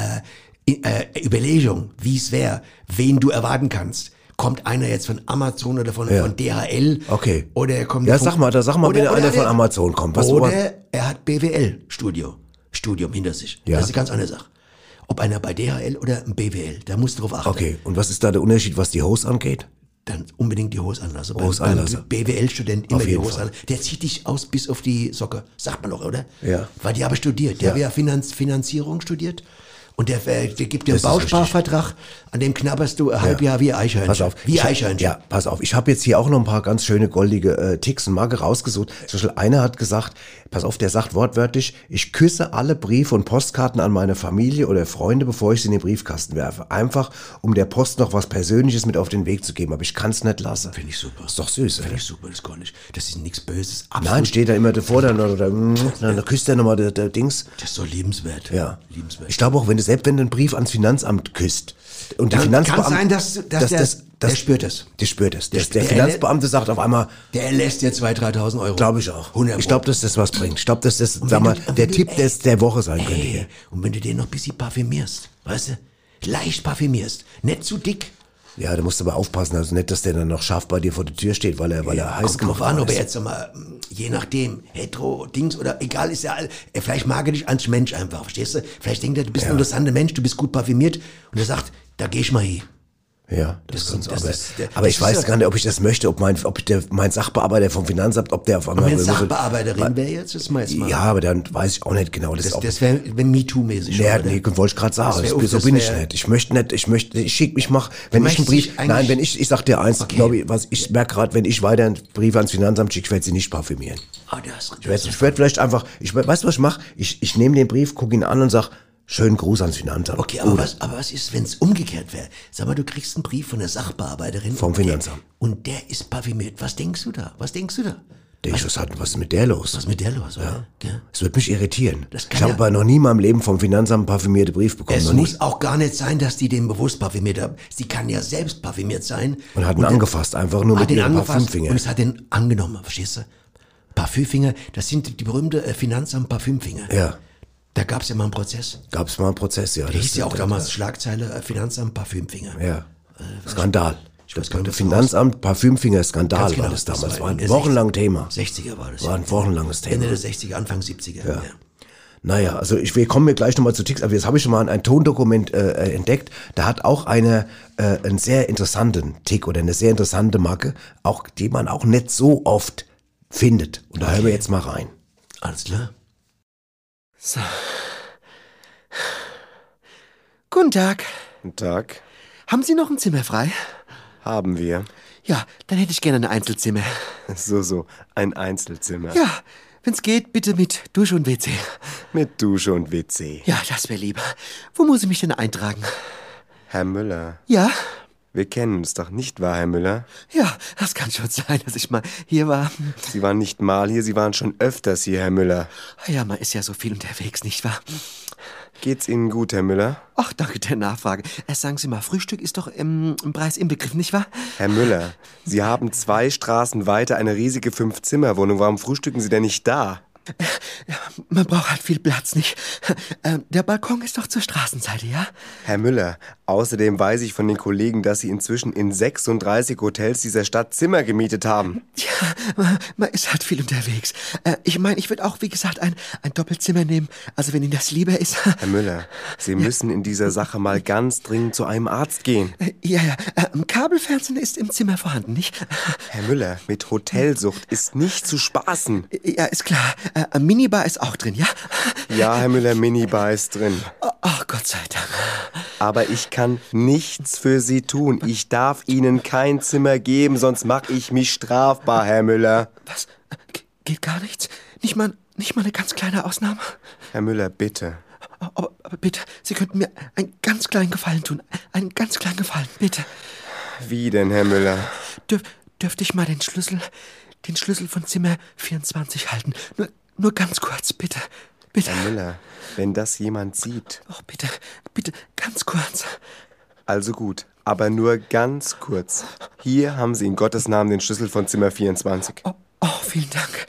äh, i- äh, Überlegung, wie es wäre, wen du erwarten kannst. Kommt einer jetzt von Amazon oder von, Ja. von DHL? Okay. Oder er kommt Ja, von- sag mal, da sag mal, Oder- wenn oder einer von er- Amazon kommt. Was oder er hat BWL-Studio. Studium hinter sich. Ja. Das ist eine ganz andere Sache. Ob einer bei DHL oder ein BWL, da musst du drauf achten. okay, und was ist da der Unterschied, was die Hose angeht? Dann unbedingt die Hose anlassen. Beim- Hose anlassen. Beim BWL-Student immer Auf die jeden Hose Fall. anlassen. Der zieht dich aus bis auf die Socke, sagt man doch, oder? Ja. Weil die habe studiert. Der Ja. hat ja Finanz Finanzierung studiert. Und der, äh, der gibt dir einen Das ist richtig. Bausparvertrag, an dem knabberst du ein Halbjahr wie ein Eichhörnchen. Pass auf. Wie ich ein hab- Eichhörnchen. Ja, pass auf. Ich habe jetzt hier auch noch ein paar ganz schöne goldige äh, Ticks und Marke rausgesucht. Zum Beispiel einer hat gesagt, pass auf, der sagt wortwörtlich, ich küsse alle Briefe und Postkarten an meine Familie oder Freunde, bevor ich sie in den Briefkasten werfe. Einfach, um der Post noch was Persönliches mit auf den Weg zu geben. Aber ich kann's nicht lassen. Finde ich super. Ist doch süß, oder? Finde ich super, das gar nicht. Das ist nichts Böses. Absolut. Nein, steht da immer davor, dann, oder, oder, mm, dann küsst er nochmal der, der Dings. Das ist doch lebenswert. Ja. Lebenswert. Ich glaube auch, wenn du selbst wenn du einen Brief ans Finanzamt küsst und der Dann Finanzbeamte kann's sein, dass- dass der- der spürt es. Der spürt es. Der, Der- der, der- Finanzbeamte sagt auf einmal, Der lässt dir 2.000, 3.000 Euro. glaube ich auch. 100 Ich glaube, dass das was bringt. Ich glaube, dass das, wenn sag mal, du- und wenn der du- Tipp ey, des der Woche sein könnte. Ey, hier. und wenn du den noch ein bisschen parfümierst, weißt du? Leicht parfümierst, nicht zu dick. Ja, da musst du aber aufpassen, also nicht, dass der dann noch scharf bei dir vor der Tür steht, weil er, weil er heiß Kommt drauf an, ob ist. er jetzt mal, mm, je nachdem, hetero, Dings oder egal, ist ja, all- ey, vielleicht mag er dich als Mensch einfach, verstehst du? Vielleicht denkt er, du bist ein interessanter Mensch, du bist gut parfümiert und er sagt, da geh ich mal hin. Ja, das, Das- kannst du. das aber, ist- der- aber das ich ist weiß ja- gar nicht, ob ich das möchte, ob mein, ob der, mein Sachbearbeiter vom Finanzamt, ob der auf einmal. Wenn Sachbearbeiterin wäre jetzt, das mal jetzt mal. Ja, aber dann weiß ich auch nicht genau. Das, das ob- das wäre wär MeToo-mäßig. Ja, oder? nee, wollte ich gerade sagen. Das wär Das auch- so das bin ich wär- nicht. Ich möchte nicht, ich möchte, ich schick, ich mach, wenn ich einen möchtest Brief, dich eigentlich- nein, wenn ich, ich sag dir eins, Okay. glaube ich, was, ich merk gerade, wenn ich weiter einen Brief ans Finanzamt schicke, ich werde sie nicht parfümieren. Ah, das, Ich werde ich werd vielleicht einfach, ich, we- weißt du, was ich mache? Ich, ich nehme den Brief, gucke ihn an und sag, schönen Gruß ans Finanzamt. Okay, aber Oder- was, aber was ist, wenn es umgekehrt wäre? Sag mal, du kriegst einen Brief von der Sachbearbeiterin. Vom und der- Finanzamt. Und der ist parfümiert. Was denkst du da? Was denkst du da? Denk ich, was, hat, was ist mit der los? Was ist mit der los? Oder? Gell? das wird mich irritieren. Das kann Ich habe ja- aber noch nie in meinem Leben vom Finanzamt einen parfümierten Brief bekommen. Es noch nie. muss auch gar nicht sein, dass die den bewusst parfümiert haben. Sie kann ja selbst parfümiert sein. Und hat ihn angefasst, einfach nur hat mit den ihren angefasst Parfümfingern. und es hat den angenommen, verstehst du? Parfümfinger, das sind die berühmte äh, Finanzamt Parfümfinger. Ja. Da gab es ja mal einen Prozess. Gab es mal einen Prozess, ja. Da das- hieß ja auch das- damals Schlagzeile äh, Finanzamt Parfümfinger. Ja. Skandal. Äh, Ich weiß gar nicht, was Finanzamt, Parfümfinger-Skandal Ganz genau, war das das damals. war war in der ein wochenlang Thema. 60er war das. War ein wochenlanges Ende Thema. der 60er, Anfang 70er. Ja. Naja, also ich, wir kommen mir gleich nochmal zu Ticks, aber jetzt habe ich schon mal ein, ein Tondokument äh, äh, entdeckt. Da hat auch eine, äh, einen sehr interessanten Tick oder eine sehr interessante Marke, auch, die man auch nicht so oft findet. Und da hören wir jetzt mal rein. Alles klar. Guten Tag. Guten Tag. Haben Sie noch ein Zimmer frei? Haben wir. Ja, dann hätte ich gerne ein Einzelzimmer. So, so. Ein Einzelzimmer. Ja, wenn's geht, bitte mit Dusche und WC. Mit Dusche und WC. Ja, das wäre lieb. Wo muss ich mich denn eintragen? Herr Müller. Ja? Wir kennen uns doch nicht wahr, Herr Müller? Ja, das kann schon sein, dass ich mal hier war. Sie waren nicht mal hier, Sie waren schon öfters hier, Herr Müller. Ja, man ist ja so viel unterwegs, nicht wahr? Geht's Ihnen gut, Herr Müller? Ach, danke der Nachfrage. Äh, sagen Sie mal, Frühstück ist doch ähm, im, im Preis inbegriffen, nicht wahr? Herr Müller, Sie haben zwei Straßen weiter eine riesige Fünf-Zimmer-Wohnung. Warum frühstücken Sie denn nicht da? Man braucht halt viel Platz, nicht? Äh, der Balkon ist doch zur Straßenseite, ja? Herr Müller, außerdem weiß ich von den Kollegen, dass Sie inzwischen in 36 Hotels dieser Stadt Zimmer gemietet haben. Ja, man, man ist halt viel unterwegs. Äh, ich meine, ich würde auch, wie gesagt, ein, ein Doppelzimmer nehmen. Also, wenn Ihnen das lieber ist. Herr Müller, Sie müssen in dieser Sache mal ganz dringend zu einem Arzt gehen. Äh, Ja, ja. Äh, Kabelfernsehen ist im Zimmer vorhanden, nicht? Äh, Herr Müller, mit Hotelsucht ist nicht zu spaßen. Äh, Ja, ist klar. Äh, Minibar ist auch drin, ja? Ja, Herr Müller, Minibar ist drin. Oh, oh, Gott sei Dank. Aber ich kann nichts für Sie tun. Ich darf Ihnen kein Zimmer geben, sonst mache ich mich strafbar, Herr Müller. Was? Ge- Geht gar nichts? Nicht mal, nicht mal eine ganz kleine Ausnahme? Herr Müller, bitte. Aber, aber bitte, Sie könnten mir einen ganz kleinen Gefallen tun. Einen ganz kleinen Gefallen, bitte. Wie denn, Herr Müller? Dürf, dürfte ich mal den Schlüssel, den Schlüssel von Zimmer 24 halten? Nur, nur ganz kurz, bitte. Bitte. Herr Müller, wenn das jemand sieht. Oh, bitte, bitte, ganz kurz. Also gut, aber nur ganz kurz. Hier haben Sie in Gottes Namen den Schlüssel von Zimmer 24. Oh, oh vielen Dank.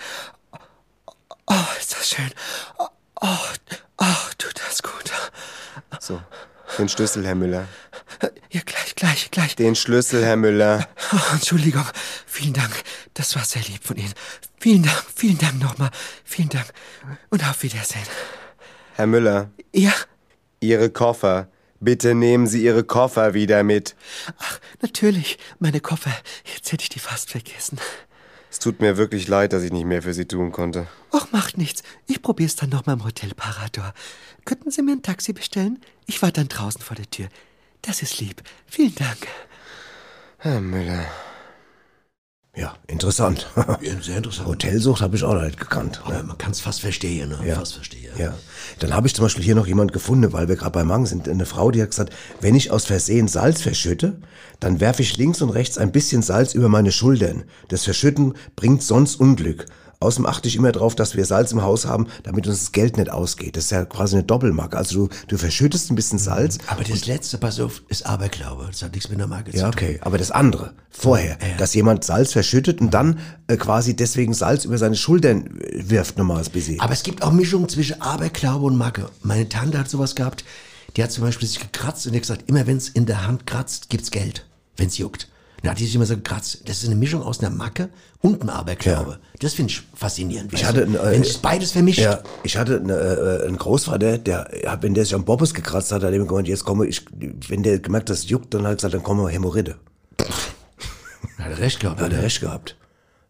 Oh, ist das schön. Oh, oh, oh, tut das gut. So, den Schlüssel, Herr Müller. Ja, gleich, gleich, gleich. Den Schlüssel, Herr Müller. Oh, Entschuldigung. Vielen Dank. Das war sehr lieb von Ihnen. Vielen Dank, vielen Dank nochmal. Vielen Dank. Und auf Wiedersehen. Herr Müller. Ja? Ihre Koffer. Bitte nehmen Sie Ihre Koffer wieder mit. Ach, natürlich. Meine Koffer. Jetzt hätte ich die fast vergessen. Es tut mir wirklich leid, dass ich nicht mehr für Sie tun konnte. Och, macht nichts. Ich probier's dann nochmal im Hotel Parador. Könnten Sie mir ein Taxi bestellen? Ich war dann draußen vor der Tür. Das ist lieb. Vielen Dank. Herr Müller. Ja, interessant. Sehr interessant. Hotelsucht habe ich auch noch nicht gekannt. ne? Aber man kann es fast verstehen, ne? Ja. Fast verstehen. Ja. Dann habe ich zum Beispiel hier noch jemand gefunden, weil wir gerade bei Magen sind. Eine Frau, die hat gesagt, wenn ich aus Versehen Salz verschütte, dann werfe ich links und rechts ein bisschen Salz über meine Schultern. Das Verschütten bringt sonst Unglück. Außerdem achte ich immer darauf, dass wir Salz im Haus haben, damit uns das Geld nicht ausgeht. Das ist ja quasi eine Doppelmarke. Also du, du verschüttest ein bisschen Salz. Aber das letzte, pass auf, ist Aberglaube. Das hat nichts mit der Marke Ja, zu tun. okay. Aber das andere, vorher, dass jemand Salz verschüttet und dann äh, quasi deswegen Salz über seine Schultern äh, wirft, nochmal als Busy. Aber es gibt auch Mischungen zwischen Aberglaube und Macke. Meine Tante hat sowas gehabt. Die hat zum Beispiel sich gekratzt und die hat gesagt, immer wenn es in der Hand kratzt, gibt's Geld, wenn's juckt. Und Dann hat die sich immer so gekratzt. Das ist eine Mischung aus einer Macke und einem Aberglaube. Das finde ich faszinierend. Ich weißt hatte, du? äh, Also, wenn sich beides vermischt. Ja, ich hatte ne, äh, einen Großvater, der, hat, wenn der sich am Bobbes gekratzt hat, hat er ihm gemeint, jetzt komme ich, wenn der gemerkt, das juckt, dann hat er gesagt, dann kommen Hämorrhoide. Hat er recht gehabt. Hat er ne? recht gehabt.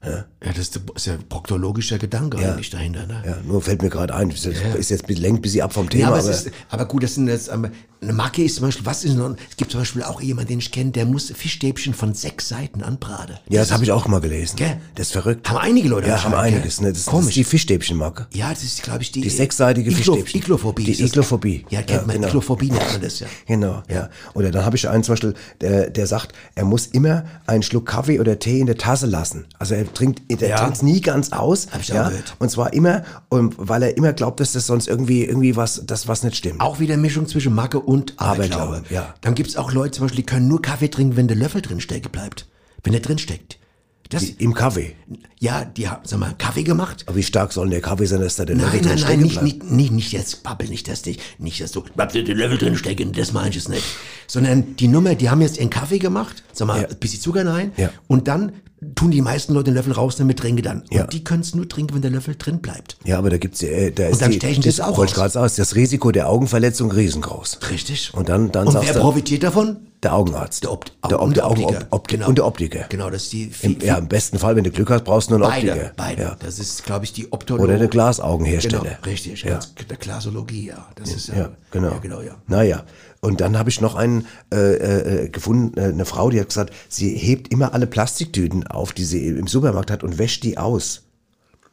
Ja, das ist ist ja ein proktologischer Gedanke Ja. eigentlich dahinter. Ne? Ja, nur fällt mir gerade ein, ist jetzt, Ja. ist jetzt ein bisschen, lenkt ein bisschen ab vom Thema, Ja, aber, aber, es ist, aber gut, das sind jetzt, ähm, eine Macke ist zum Beispiel, was ist noch, es gibt zum Beispiel auch jemanden, den ich kenne, der muss Fischstäbchen von sechs Seiten anbraten. ja, das habe ich auch mal gelesen. Gell? Das ist verrückt. Haben einige Leute ja, haben anscheinend, einiges. gell? Ne? Das, Komisch. das Komisch. ist die Fischstäbchenmarke. ja, das ist, glaube ich, die, Die sechsseitige Fischstäbchen. Iglophobie. Die ist das. Iglophobie. Ja, kennt Ja, man, genau. Iglophobie nennt man das, ja. Genau, ja. Oder dann habe ich einen zum Beispiel, der, der sagt, er muss immer einen Schluck Kaffee oder Tee in der Tasse lassen. Also er trinkt er Ja. trinkt's nie ganz aus. Hab ich auch ja. gehört. Und zwar immer, um, weil er immer glaubt, dass das sonst irgendwie, irgendwie was, das was nicht stimmt. Auch wieder Mischung zwischen Macke und Aberglaube, Aberglaube. ja. Dann gibt's auch Leute zum Beispiel, die können nur Kaffee trinken, wenn der Löffel drin stecken bleibt. Wenn der drin steckt. Das, Die- Im Kaffee. ja, die haben, sag mal, Kaffee gemacht. Aber wie stark soll denn der Kaffee sein, dass da der Nein, Löffel nein, drin nein, stecken nicht, bleibt? nicht, nicht, nicht jetzt, Pappel, nicht das nicht, nicht das so, Pappel, den Löffel drin stecken, das meine ich jetzt nicht. Sondern die Nummer, die haben jetzt ihren Kaffee gemacht, sag mal, ein bisschen Zucker rein, Ja. und dann tun die meisten Leute den Löffel raus, damit trinken dann. Ja. Und die können es nur trinken, wenn der Löffel drin bleibt. Ja, aber da gibt's äh, da ist dann die, stechen die es auch wollte ich aus. gerade sagen, ist das Risiko der Augenverletzung riesengroß. Richtig. Und dann, dann Und sagst wer du- profitiert davon? Der Augenarzt. Der Opt- der, Op- und der der Augen- Optiker. Op- Opti- Genau. Und der Optiker. Genau, das ist die, Im, ja, im besten Fall, wenn du Glück hast, brauchst du nur einen beide, Optiker. beide. Ja. Das ist, glaube ich, die Optologie. Oder eine Glasaugenhersteller. Genau, richtig, Ja. ganz- der Glasologie, ja. Das ist ja, Ja, genau. Ja, genau, ja. Naja, und dann habe ich noch einen äh, äh, gefunden, äh, eine Frau, die hat gesagt, sie hebt immer alle Plastiktüten auf, die sie im Supermarkt hat und wäscht die aus.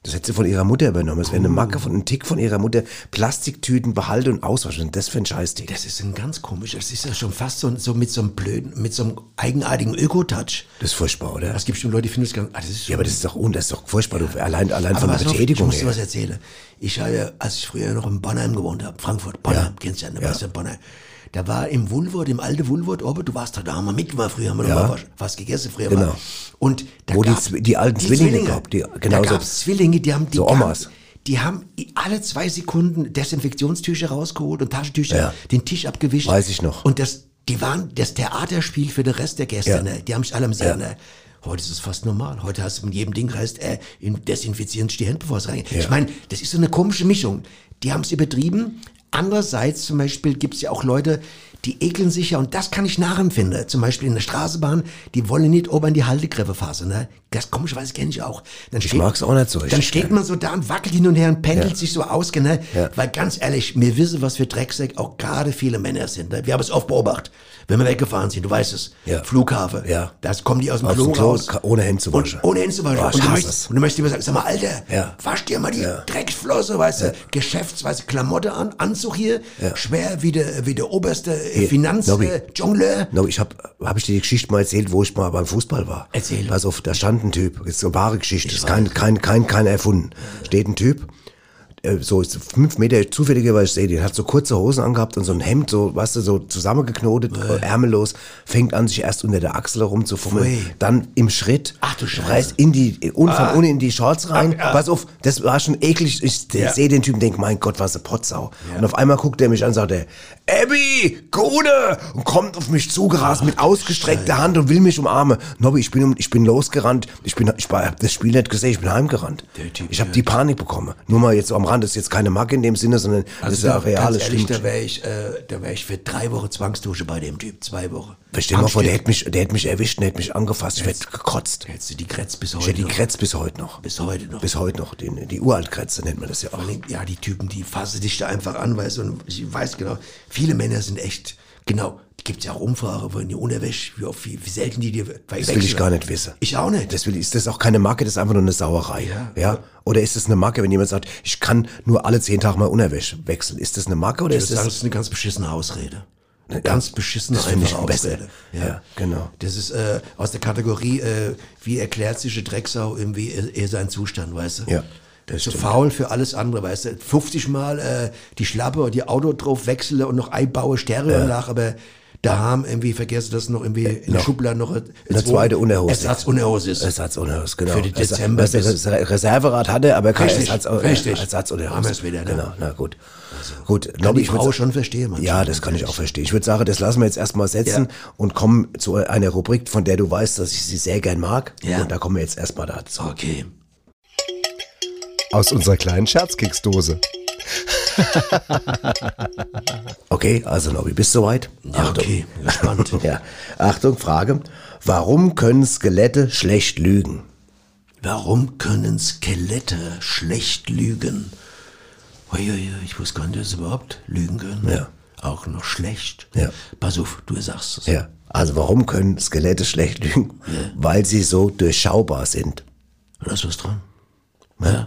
Das hätte sie von ihrer Mutter übernommen. Das wäre eine Macke von einem Tick von ihrer Mutter. Plastiktüten behalte und auswaschen. Das für ein Scheißding. Das ist ein ganz komisch. Das ist ja schon fast so, so mit so einem blöden, mit so einem eigenartigen Öko-Touch. Das ist furchtbar, oder? Es gibt schon Leute, die finden das ganz. Ah, das ist Ja, aber das ist doch, un- das ist doch furchtbar. Du, allein allein von der aber pass auf, ich Betätigung muss dir her. was erzählen. Ich habe, als ich früher noch in Bonnheim gewohnt habe, Frankfurt, Bonnheim, kennst du ja, ne? Weißt du, Bonnheim. Da war im Woolworth, im alten Woolworth, Orbe, du warst da, da haben wir mitgemacht, früher haben wir Ja. doch mal was, was gegessen, früher Genau. mal. Und da Wo die gab- Zwi- die alten Zwillinge gehabt, die- genau da so. gab es Zwillinge, die haben die So gan- Omas. Die haben i- alle zwei Sekunden Desinfektionstücher rausgeholt und Taschentücher, Ja. den Tisch abgewischt. Weiß ich noch. Und das, die waren das Theaterspiel für den Rest der Gäste. Ja. Ne? Die haben sich alle am Sehen. Ne? Heute ist es fast normal. Heute hast du mit jedem Ding heißt, äh, in- desinfizieren sich die Hände, bevor es reingeht. Ja. Ich meine, das ist so eine komische Mischung. Die haben es übertrieben. Andererseits zum Beispiel gibt es ja auch Leute, die ekeln sich ja, und das kann ich nachempfinden. Zum Beispiel in der Straßenbahn, die wollen nicht oben in die Haltegräfe fahren. Ne? Das komischerweise kenne ich auch. Dann steht, mag's auch nicht so Dann richtig, steht ja. man so da und wackelt hin und her und pendelt sich so aus. Ne? Ja. Weil ganz ehrlich, wir wissen, was für Drecksäck auch gerade viele Männer sind. Ne? Wir haben es oft beobachtet, wenn wir weggefahren sind. Du weißt es. Ja. Flughafen. Ja. Das kommen die aus dem Aus dem Klo Klo, raus. ka- ohne Hände zu waschen. Und, ohne Hände zu waschen. Boah, ich und, du hasse möchtest, es. und du möchtest immer sagen, sag mal, Alter, Ja. wasch dir mal die Ja. Drecksflosse, weißt du. Geschäftsweise Klamotte an, Anzug hier, schwer wie der, wie der oberste äh, Finanz... Nobby. Äh, Jongleur? No, ich habe hab ich dir die Geschichte mal erzählt, wo ich mal beim Fußball war. Erzähl. Pass auf, da stand ein Typ. Ist eine wahre Geschichte. Ist kein, kein, kein, kein erfunden. Steht ein Typ, äh, so ist fünf Meter zufälligerweise, ich sehe den, hat so kurze Hosen angehabt und so ein Hemd, so, weißt du, so zusammengeknotet, äh, ärmellos, fängt an, sich erst unter der Achsel herumzufummeln, Ui. dann im Schritt, Ach du Scheiße. reißt in die, und von Ah. unten in die Shorts rein. Ah, ja. Pass auf, das war schon eklig. Ich, Ja. sehe den Typen, denk, mein Gott, was eine Potsau. Und auf einmal guckt er mich an und sagt, er, Abby, Gude! Und kommt auf mich zugerast mit ausgestreckter Hand und will mich umarmen. Nobby, ich bin, um- ich bin losgerannt. Ich bin, ich war- hab das Spiel nicht gesehen, ich bin heimgerannt. Ich habe die Panik bekommen. Nur mal jetzt so am Rand, das ist jetzt keine Macke in dem Sinne, sondern das ist ja Also da, ganz reales ehrlich, Stimmt. da wäre ich, äh, da wär ich für drei Wochen Zwangsdusche bei dem Typ. Zwei Wochen. Versteh Am mal vor, der Stück. hätte mich, der hätte mich erwischt, der hätte mich angefasst, ich hätte gekotzt. Hättest du die Kretz bis Ich heute hätte die noch. Kretz bis heute noch. Bis heute noch. Bis heute noch, die, die Uraltkretze nennt man das ja auch. Vor allem, ja, die Typen, die fassen dich da einfach an, weißt du, und ich weiß genau, viele Männer sind echt, genau, gibt es ja auch Umfragen, wo in die Unterwäsche, wie, oft, wie, wie selten die dir Das will ich gar nicht wissen. Ich auch nicht. Das will, ist das auch keine Marke, das ist einfach nur eine Sauerei. Ja. Oder ist das eine Marke, wenn jemand sagt, ich kann nur alle zehn Tage mal Unterwäsche wechseln? Ist das eine Marke oder Ich ist würde das, sagen, das ist eine ganz beschissene Ausrede. Eine ganz beschissene das finde ich einfache besser. Ausrede. Ja. genau. Das ist äh, aus der Kategorie, äh, wie erklärt sich eine Drecksau irgendwie er, er seinen Zustand, weißt du? Ja, Das das ist so stimmt. faul für alles andere, weißt du? 50 Mal äh, die Schlappe und die Auto drauf wechsle und noch einbaue Stereo Ja. nach, aber da haben irgendwie vergessen, dass noch irgendwie in der noch. Schublade noch eine Eine zweite Unterhose. Ersatzunterhose ist. Ersatzunterhose, genau. Für den Ersa- Dezember Was bis- das Reserverad hatte, aber kein Richtig, Ersatz, richtig. Ersatzunterhose. Haben wir es wieder, ne? Also, Genau, na gut. gut, Kann Nobby, ich würd Frau sa- schon verstehen, man. Ja, das kann ich auch verstehen. Ich würde sagen, das lassen wir jetzt erstmal setzen und kommen zu einer Rubrik, von der du weißt, dass ich sie sehr gern mag. Ja. Und da kommen wir jetzt erstmal dazu. Okay. Aus unserer kleinen Scherzkeksdose. Okay, also Nobby, bist du soweit? Ja, okay, spannend. ja. Achtung, Frage. Warum können Skelette schlecht lügen? Warum können Skelette schlecht lügen? Uiuiui, ich wusste gar nicht, dass sie überhaupt lügen können. Ja. Auch noch schlecht. Ja. Pass auf, du sagst es. Ja. Also warum können Skelette schlecht lügen? Weil sie so durchschaubar sind. Da ist was dran. Weil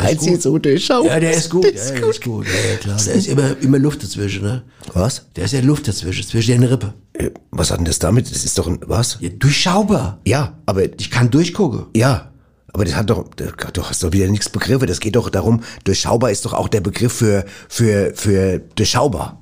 Halt sie so durchschaubar Ja, der ist gut. Der ja, der ist gut. Ja, ja, klar. Da ist immer, immer Luft dazwischen, ne? Was? Da ist ja Luft dazwischen, zwischen den Rippen. Äh, Was hat denn das damit? Das ist doch ein. Was? Ja, durchschaubar. Ja, aber. Ich kann durchgucken. Ja. Aber das hat doch, du hast doch wieder nichts Begriffe. Das geht doch darum, durchschaubar ist doch auch der Begriff für, für, für durchschaubar.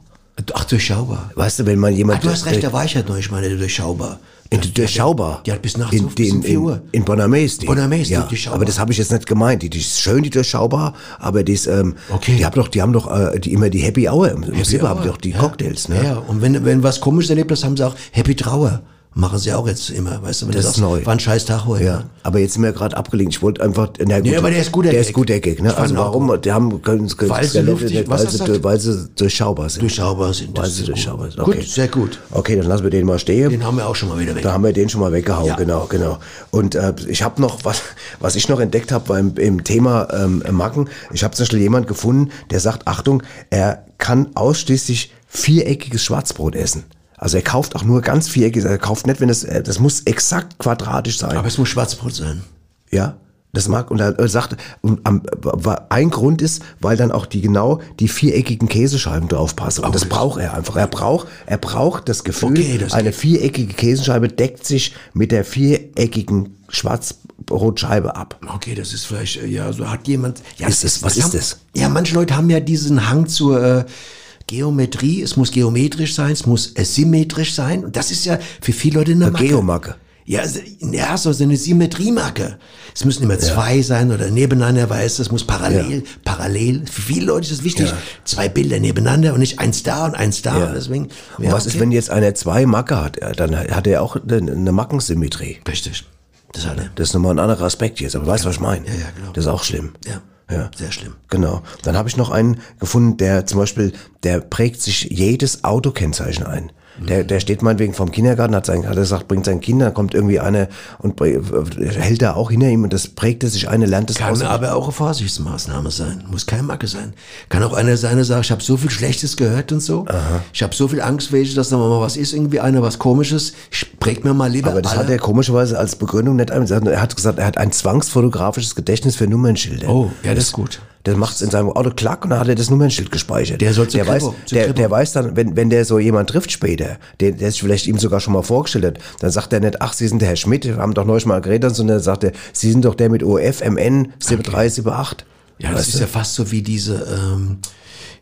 Ach, durchschaubar. Weißt du, wenn man Ah, jemand. du hast recht, da war ich halt noch. Ich meine, durchschaubar. In, durchschaubar. Die hat bis nachts in, auf, bis in, um vier Uhr. In, in Bonames. Die. Bonames, die ja, durchschaubar. Aber das habe ich jetzt nicht gemeint. Die, die ist schön, die durchschaubar, aber die ist, ähm, Okay. die haben doch, die haben doch äh, die, immer die Happy Hour im, im Silber, Hour, haben die doch die Cocktails, ne? Ja, ja. und wenn, wenn was komisches erlebt hast, haben sie auch Happy Trauer. Machen sie auch jetzt immer, weißt du, wenn Das du ist neu. war ein scheiß Tag heute. Ja, aber jetzt sind wir gerade abgelenkt. Ich wollte einfach. Na gut, Nee, aber der ist gut, der Der Gag. ist gut, der Gag. Ich Ne? fand Also ihn auch warum? Die haben können, können Weil sie Skelette luftig- nicht, was weil, hast sie, du gesagt? weil sie durchschaubar sind. Durchschaubar sind. weil das sie ist durchschaubar gut. sind. Okay. Gut, sehr gut. Okay, dann lassen wir den mal stehen. Den haben wir auch schon mal wieder weg. Da haben wir den schon mal weggehauen, Ja. genau, genau. Und äh, ich habe noch, was, was ich noch entdeckt habe beim im Thema ähm, Macken, ich habe zum Beispiel jemand gefunden, der sagt, Achtung, er kann ausschließlich viereckiges Schwarzbrot essen. Also er kauft auch nur ganz viereckiges, er kauft nicht, wenn es, äh, das muss exakt quadratisch sein. Aber es muss Schwarzbrot sein. Ja, das mag. Und er äh, sagt, und am, wa- ein Grund ist, weil dann auch die genau die viereckigen Käsescheiben drauf passen. Und das braucht er einfach. Er braucht, er braucht das Gefühl, Oh, Okay, das eine viereckige Käsescheibe deckt sich mit der viereckigen Schwarzbrotscheibe ab. Okay, das ist vielleicht, äh, ja, so hat jemand. Ja, Ist es- was ist haben, es? Ja, manche Leute haben ja diesen Hang zur äh, Geometrie. Es muss geometrisch sein, es muss äh, symmetrisch sein. Und das ist ja für viele Leute eine Macke. Geomacke. Ja, se- ja, so so eine Symmetriemacke. Es müssen immer zwei sein oder nebeneinander, weißt du, es muss parallel, parallel. Für viele Leute ist es wichtig, zwei Bilder nebeneinander und nicht eins da und eins da. Und deswegen, Und was ist, wenn jetzt einer zwei Macke hat? Ja, Dann hat er auch eine, eine Mackensymmetrie. Richtig. Das hat er. Das ist nochmal ein anderer Aspekt jetzt, aber weißt du, was ich meine? Ja, ja, genau. Das ist auch schlimm. Ja. Ja. Sehr schlimm. Genau. Dann habe ich noch einen gefunden, der zum Beispiel, der prägt sich jedes Autokennzeichen ein. Der, der steht meinetwegen vom Kindergarten, hat, sein, hat er gesagt, bringt sein Kind, dann kommt irgendwie einer und prä- hält da auch hinter ihm und das prägt er sich ein, er lernt das Kann auswendig. aber auch eine Vorsichtsmaßnahme sein. Muss kein Macke sein. Kann auch einer sein, der sagt, ich habe so viel Schlechtes gehört und so. Ich habe so viel Angst, welche, dass da mal was ist, irgendwie einer was Komisches. Ich präg mir mal lieber Aber das alle. hat er komischerweise als Begründung nicht eingesetzt. Er hat gesagt, er hat ein zwangsfotografisches Gedächtnis für Nummernschilder. Oh, ja, das ist gut. Der macht's in seinem Auto klack und dann hat er das Nummernschild gespeichert. Der soll zu der Kripo, weiß, zu der, Kripo. der weiß dann, wenn, wenn der so jemand trifft später, der, der sich vielleicht ihm sogar schon mal vorgestellt hat, dann sagt er nicht, ach, Sie sind der Herr Schmidt, wir haben doch neulich mal geredet, sondern dann sagt er, Sie sind doch der mit OF, MN 7378. Ja, das Weißt ist du? ja fast so wie diese, ähm,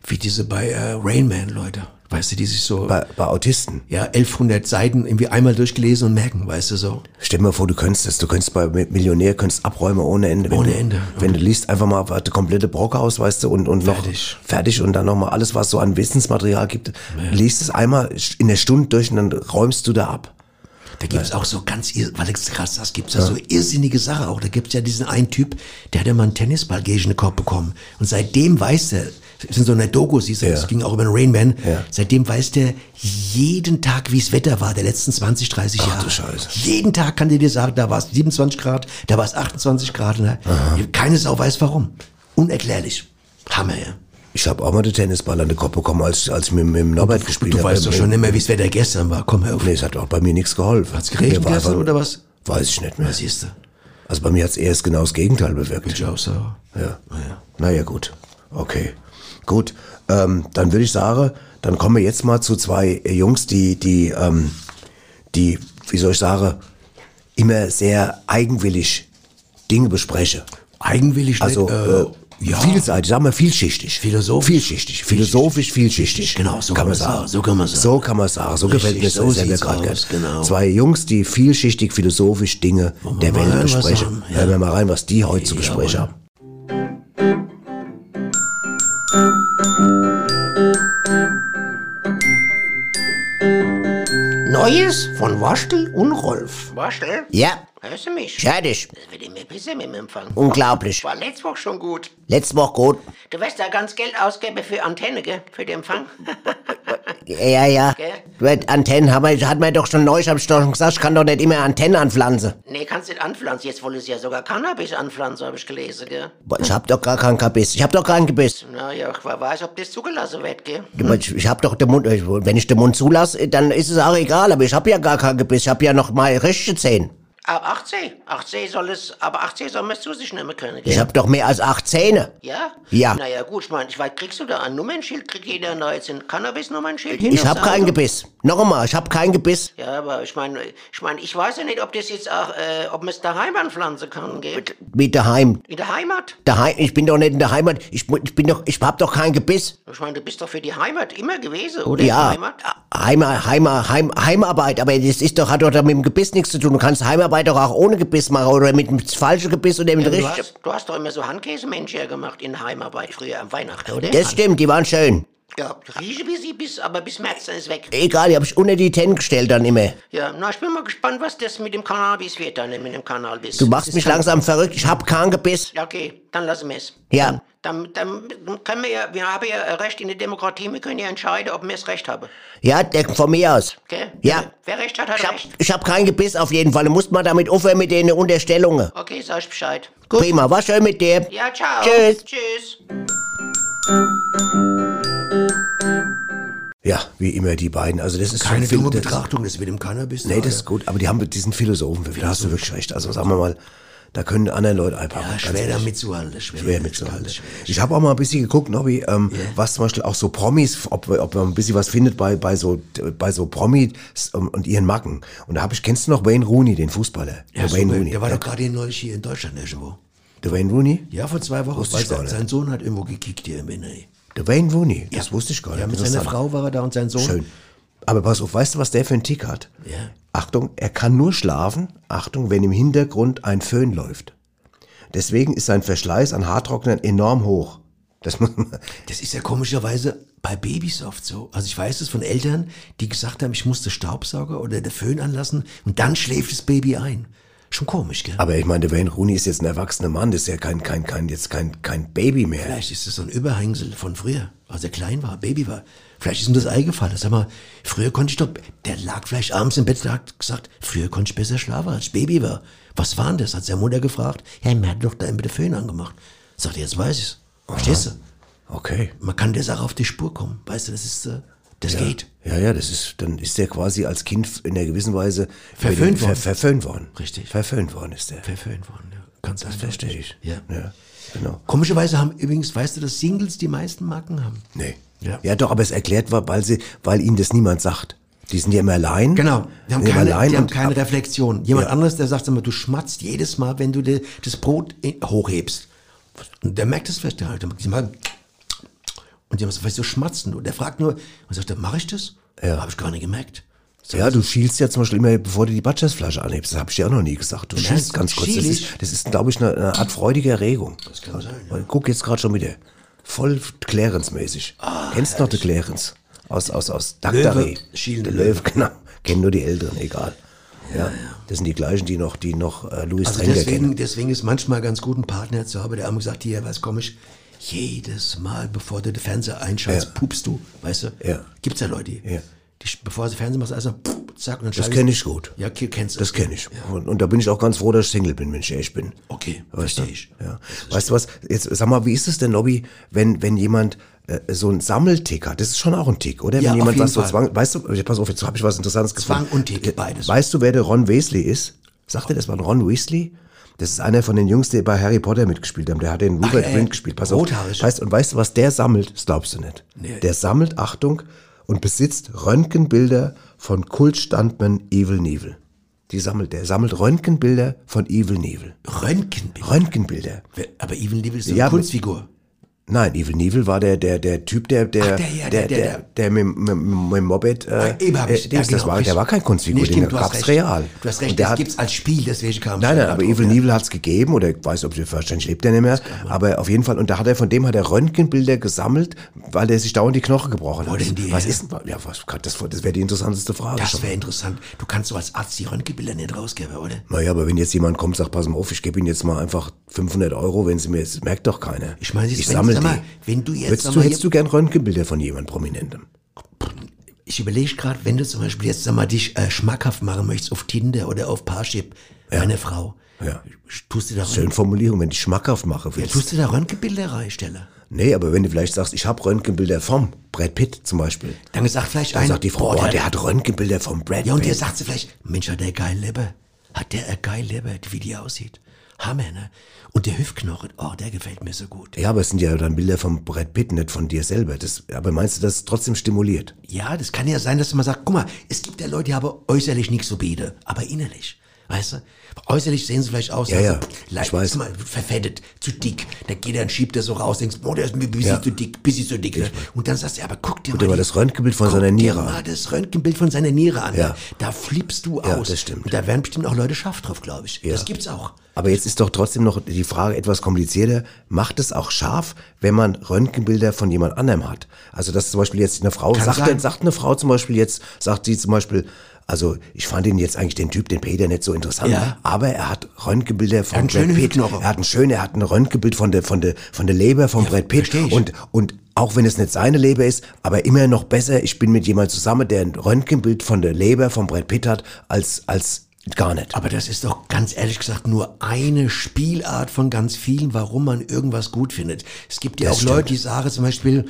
wie diese bei äh, Rain Man, Leute. Weißt du, die sich so. Bei, Autisten. Ja, 1100 Seiten irgendwie einmal durchgelesen und merken, weißt du so. Stell dir mal vor, du könntest das. Du könntest bei Millionär könntest abräumen ohne Ende. Wenn Ohne du, Ende. Wenn du liest, einfach mal die komplette Brocke aus, weißt du, und, und fertig. noch fertig und dann nochmal alles, was so an Wissensmaterial gibt. Liest es einmal in der Stunde durch und dann räumst du da ab. Da gibt's auch so ganz, irr- weil es krass ist, gibt's da so irrsinnige Sachen auch. Da gibt's ja diesen einen Typ, der hat ja mal einen Tennisball gegen den Kopf bekommen. Und seitdem weiß der, das sind so eine Doku, siehst du, Ja. das ging auch über den Rain Man. Ja. Seitdem weiß der jeden Tag, wie's Wetter war, der letzten 20, 30 Jahre. Jeden Tag kann der dir sagen, da war's 27 Grad, da war's 28 Grad. Ne? Keine Sau weiß warum. Unerklärlich. Hammer, ja. Ich habe auch mal den Tennisball an den Kopf bekommen, als, als ich mit, mit dem Norbert gespielt du habe. weißt doch schon nicht mehr, wie's Wetter gestern war. Komm, hör auf. Nee, es hat auch bei mir nichts geholfen. Hat's geregnet gestern oder was? Weiß ich nicht mehr. Was siehst du? Also bei mir hat's erst genau das Gegenteil bewirkt. Ich auch so. Ah, Ja. Naja, gut. Okay. Gut. Ähm, dann würde ich sagen, dann kommen wir jetzt mal zu zwei äh, Jungs, die, die, ähm, die, wie soll ich sagen, immer sehr eigenwillig Dinge besprechen. Eigenwillig? Also, äh, Vielseitig, sagen wir vielschichtig. Philosophisch. Vielschichtig. Philosophisch, vielschichtig. Genau, so kann man sagen. So kann man sagen. So kann man sagen. So Richtig, gefällt mir so das sehr sieht's gerade. aus, genau. Zwei Jungs, die vielschichtig, philosophisch Dinge der mal Welt hören, was besprechen. haben? Hören wir mal rein, was die heute zu Gespräch haben. Neues von Waschtel und Rolf. Waschtel? Ja. Hörst du mich? Ich hör dich. Das wird immer besser mit dem Empfang. Unglaublich. War letzte Woche schon gut. Letzte Woche gut. Du wirst da ganz Geld ausgeben für Antenne, gell? Für den Empfang. Ja, ja. Gell? Mit Antennen haben wir, hat man doch schon neu, ich hab ich doch schon gesagt, ich kann doch nicht immer Antennen anpflanzen. nee, kannst nicht anpflanzen. Jetzt wollen sie ja sogar Cannabis anpflanzen, habe ich gelesen, gell? Boah, Ich hab doch gar keinen Gebiss. Ich hab doch keinen Gebiss. Naja, ich weiß, ob das zugelassen wird, gell? Ich, ich hab doch den Mund, ich- wenn ich den Mund zulasse, äh, dann ist es auch egal, aber ich hab ja gar keinen Gebiss. Ich hab ja noch mal richtige Zähne. Ab 18. 18 soll es, aber 18 soll man es zu sich nehmen können, gell? Ich hab doch mehr als acht Zähne. Ja? Ja. Naja, gut, ich meine, ich weiß, kriegst du da ein Nummernschild? Kriegt jeder da jetzt ein Cannabis-Nummernschild? hin Ich aufs hab kein Auto? Gebiss. Noch einmal, ich hab kein Gebiss. Ja, aber ich meine, ich meine, ich weiß ja nicht, ob das jetzt auch, äh, ob man es daheim anpflanzen Oh, kann, gell? Wie daheim. In der Heimat? daheim. Ich bin doch nicht in der Heimat. Ich, mu- ich bin doch, ich hab doch kein Gebiss. Ich meine, du bist doch für die Heimat immer gewesen, oder? Ja. Die Heimat? Heima, Heima, Heim, Heimarbeit, aber das ist doch, hat doch mit dem Gebiss nichts zu tun. Du kannst Heimarbeit doch auch ohne Gebiss machen oder mit dem falschen Gebiss oder mit Ja, dem du, richtigen. hast, du hast doch immer so Handkäsemenschen gemacht in Heimarbeit früher am Weihnachten, oder? Das stimmt, die waren schön. Ja, rieche wie sie bis, aber bis März dann ist weg. Egal, die hab ich unter die Tenne gestellt dann immer. Ja, na, ich bin mal gespannt, was das mit dem Cannabis wird, dann mit dem Cannabis. Du machst halt mich langsam verrückt, ich hab kein Gebiss. Ja, okay, dann lassen wir es. Ja, Dann, dann können wir ja, wir haben ja Recht in der Demokratie, wir können ja entscheiden, ob wir das Recht haben. ja, der- von mir aus. Okay? Ja, Wer Recht hat, hat Recht. ich hab kein Gebiss auf jeden Fall. Du musst mal damit aufhören mit den Unterstellungen. Okay, sag ich Bescheid. Prima, war schön mit dir. Ja, ciao. Tschüss. Tschüss. Ja, wie immer die beiden. Also das ist Keine schon viel- dumme das- Betrachtung, das mit dem Cannabis. Nee, das ist gut, aber die haben diesen Philosophen, da hast du wirklich recht. Also sagen wir mal, da können andere Leute einpacken. Ja, ganz schwer da ehrlich. mitzuhandeln. Schwer, Schwer mitzuhalten. Ich habe auch mal ein bisschen geguckt, Nobby, ähm, was zum Beispiel auch so Promis, ob, ob man ein bisschen was findet bei, bei so, bei so Promis ähm, und, und ihren Macken. Und da habe ich, kennst du noch Wayne Rooney, den Fußballer? Ja, so, Wayne der war ja. doch gerade hier neulich hier in Deutschland irgendwo. Der Wayne Rooney? Ja, vor zwei Wochen. Wusste weil ich gar sein- nicht. Sein Sohn hat irgendwo gekickt hier im Inneren. Der Wayne Rooney, das wusste ich gar nicht. Ja, mit seiner Interessant. Frau war er da und sein Sohn. Schön. Aber pass auf, weißt du, was der für einen Tick hat? Ja. Achtung, er kann nur schlafen, Achtung, wenn im Hintergrund ein Föhn läuft. Deswegen ist sein Verschleiß an Haartrocknern enorm hoch. Das muss man, Das ist ja komischerweise bei Babys oft so. Also ich weiß es von Eltern, die gesagt haben, ich muss den Staubsauger oder den Föhn anlassen und dann schläft das Baby ein. Schon komisch, gell? aber ich meine, der Wayne Rooney ist jetzt ein erwachsener Mann, das ist ja kein, kein, kein, jetzt kein, kein Baby mehr. Vielleicht ist es so ein Überhängsel von früher, als er klein war, Baby war. Vielleicht ist ihm das Ei gefallen. Sag mal, früher konnte ich doch, der lag vielleicht abends im Bett, der hat gesagt, früher konnte ich besser schlafen, als ich Baby war. Was war denn das? Hat seine Mutter gefragt. Ja, mir hat doch da mit der Föhn angemacht. Sagt er, jetzt weiß ich's. Verstehst du? Okay. Man kann der Sache auf die Spur kommen. Weißt du, das ist, äh, das ja. geht. Ja, ja, das ist, dann ist der quasi als Kind in einer gewissen Weise Verföhnt ver, worden. verföhnt worden. Richtig. Verföhnt worden ist der. Verföhnt worden, ja. Ganz das verstehe ich. Ja. ja. Genau. Komischerweise haben übrigens, weißt du, dass Singles die meisten Marken haben. Nee. Ja. doch, aber es erklärt war, weil, sie, weil ihnen das niemand sagt. Die sind ja immer allein. Genau. Die haben keine, die haben keine Reflexion. Jemand anderes, der sagt immer, du schmatzt jedes Mal, wenn du dir das Brot in, hochhebst. Und der merkt das vielleicht halt. Und die machen- und die haben so, weißt du, schmatzen. Und der fragt nur, und sagt, mache ich das? Ja. Habe ich gar nicht gemerkt. Ja, du schielst ja zum Beispiel immer, bevor du die Butchersflasche anhebst. Das habe ich dir auch noch nie gesagt. Du Ja, schielst ganz kurz. Das schiel ist, ich? das ist glaube ich, eine, eine Art freudige Erregung. Das kann sein. Guck jetzt gerade schon wieder. Voll Clarence-mäßig. Kennst noch den Clarence? Aus, aus, aus Daktare. Ah, Löwe, schielende Der Löwe, genau. Kennen nur die Älteren, egal. Ja, Das sind die gleichen, die noch, die noch äh, Louis Also Trenker kennen. deswegen, deswegen ist manchmal ganz gut, einen Partner zu haben, der einmal gesagt, hier, was komm ich, jedes Mal, bevor du den Fernseher einschaltest, pupst du, weißt du? Ja. Gibt's ja Leute, die, Ja. die sch- bevor sie Fernseher machst, also pff, zack, und dann Das schaltest kenne du- ich gut. Ja, ke- kennst du. Das kenne ich. Und, und da bin ich auch ganz froh, dass ich Single bin, wenn ich ehrlich bin. Okay, weißt du? verstehe ich. Ja. Weißt du was? Jetzt sag mal, wie ist es denn, Lobby, wenn, wenn jemand äh, so einen Sammeltick hat? Das ist schon auch ein Tick, oder? Ja, wenn auf jemand jeden was so Fall. zwang. Weißt du, pass auf, jetzt habe ich was Interessantes Zwang gefunden. Äh, und Tick, beides. Weißt du, wer der Ron Weasley ist? Sagt dir das mal, Ron Weasley? Das ist einer von den Jungs, die bei Harry Potter mitgespielt haben. Der hat den Ach, Rupert äh, Grint gespielt. Pass auf. rothaarig. Weißt, und weißt du, was der sammelt? Das glaubst du nicht. Nee. Der sammelt, Achtung, und besitzt Röntgenbilder von Kultstandmann Evil Neville. Die sammelt der. Sammelt Röntgenbilder von Evil Neville. Röntgenbilder? Röntgenbilder. Aber Evil Neville ist so eine Kunstfigur. Nein, Evil Neville war der, der, der Typ, der, der, Ach, der, ja, der, der, der, Ah, der, der mit, mit, mit dem Moped, äh, Eben hab ich- äh, Dings, ja, das genau, war, der richtig. war kein Kunstfigur, Nee, stimmt, den du hast gab's recht. real. Du hast recht, Und der das hat- gibt's als Spiel, deswegen kam Nein, schon nein, aber drauf, Evil ja. Neville hat es gegeben oder ich weiß, ob sie wahrscheinlich lebt er nicht mehr, aber auf jeden Fall, und da hat er von dem hat er Röntgenbilder gesammelt, weil der sich dauernd die Knochen gebrochen hat. was ist denn, ja, was, das, das wäre die interessanteste Frage. Das wäre interessant. Du kannst so als Arzt die Röntgenbilder nicht rausgeben, oder? Naja, aber wenn jetzt jemand kommt und sagt, pass mal auf, ich gebe Ihnen jetzt mal einfach 500 Euro, wenn Sie mir jetzt, merkt doch keiner. Ich meine, ich wenn- sammle die. sag mal, wenn du jetzt, Würdest sag du, mal, hättest je- du gern Röntgenbilder von jemandem Prominentem? Ich überlege gerade, wenn du zum Beispiel jetzt sag mal, dich äh, schmackhaft machen möchtest auf Tinder oder auf Parship, meine Frau, Ja. tust du da Schöne Formulierung, wenn ich schmackhaft mache. ja, willst. tust du da Röntgenbilder reinstellen? Nee, aber wenn du vielleicht sagst, ich habe Röntgenbilder vom Brad Pitt zum Beispiel. Dann sagt vielleicht Dann einer, sagt die Frau, boah, boah, der- der hat Röntgenbilder vom Brad Pitt. Ja, und der sagt sie vielleicht, Mensch, hat der geil Leber. Hat der eine geil Leber, wie die aussieht. Hammer, ne? Und der Hüftknochen, oh, der gefällt mir so gut. Ja, aber es sind ja dann Bilder vom Brad Pitt, nicht von dir selber. Das, aber meinst du, das ist trotzdem stimuliert? Ja, das kann ja sein, dass man sagt, guck mal, es gibt ja Leute, die haben äußerlich nichts so biete, aber innerlich. Weißt du? Äußerlich sehen sie vielleicht aus, Ja, ja, leicht, ich weiß. ist mal verfettet, zu dick. Da geht er und schiebt er so raus, denkst, boah, der ist mir ein bisschen Ja. zu dick, bisschen zu dick. Ne? Und dann sagst du, aber guck dir Guck dir mal die- das Röntgenbild von guck seiner dir Niere an. mal das Röntgenbild von seiner Niere an. Ja. Ne? Da flippst du Ja, aus. das stimmt. Und da werden bestimmt auch Leute scharf drauf, glaube ich. Ja. Das gibt's auch. Aber jetzt ist doch trotzdem noch die Frage etwas komplizierter. Macht es auch scharf, wenn man Röntgenbilder von jemand anderem hat? Also, dass zum Beispiel jetzt eine Frau, Kann sagt, sein. sagt eine Frau zum Beispiel jetzt, sagt sie zum Beispiel, also ich fand ihn jetzt eigentlich den Typ, den Peter, nicht so interessant, Ja. aber er hat Röntgenbilder von einen Brad schönen Pitt. Er hat einen schönen, er hat ein Röntgenbild von der, von der, von der Leber von Brad Pitt. Und, und auch wenn es nicht seine Leber ist, aber immer noch besser, ich bin mit jemand zusammen, der ein Röntgenbild von der Leber von Brad Pitt hat, als, als gar nicht. Aber das ist doch ganz ehrlich gesagt nur eine Spielart von ganz vielen, warum man irgendwas gut findet. Es gibt ja Das auch stimmt. Leute, die sagen zum Beispiel,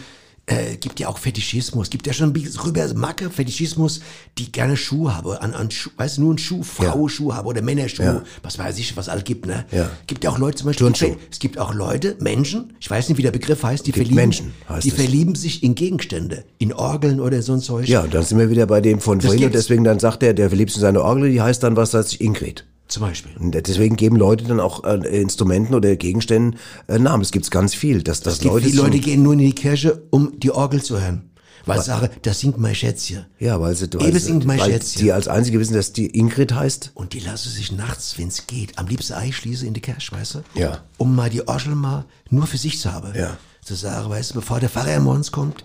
äh, gibt ja auch Fetischismus, gibt ja schon rüber Macke Fetischismus, die gerne Schuhe habe, an, an Schuh, weißt du, nur ein Schuh, Frau Schuh habe oder Männerschuh, Ja. was weiß ich, was all gibt, ne? Ja. Gibt ja auch Leute zum Beispiel, die, Turnschuh. es gibt auch Leute, Menschen, ich weiß nicht, wie der Begriff heißt, die Gibt verlieben, Menschen, heißt die es. verlieben sich in Gegenstände, in Orgeln oder so ein Zeug. Ja, dann sind wir wieder bei dem von Das vorhin und gibt's. deswegen dann sagt er, der verliebt sich in seine Orgel, die heißt dann was, heißt sich Ingrid. Zum Beispiel. Und deswegen geben Leute dann auch äh, Instrumenten oder Gegenständen äh, Namen. Es gibt's ganz viel, dass das Es gibt Leute. viele Leute, schon- gehen nur in die Kirche, um die Orgel zu hören. Weil sie sagen, das singt mein Schätzchen. Ja, weil sie, weil, Eben singt sie, mein weil Schätzchen. die als einzige wissen, dass die Ingrid heißt. Und die lassen sich nachts, wenn es geht, am liebsten einschließen in die Kirche, weißt du? Ja. Um mal die Orgel mal nur für sich zu haben. Ja. Zu sagen, weißt du, bevor der Pfarrer morgens kommt,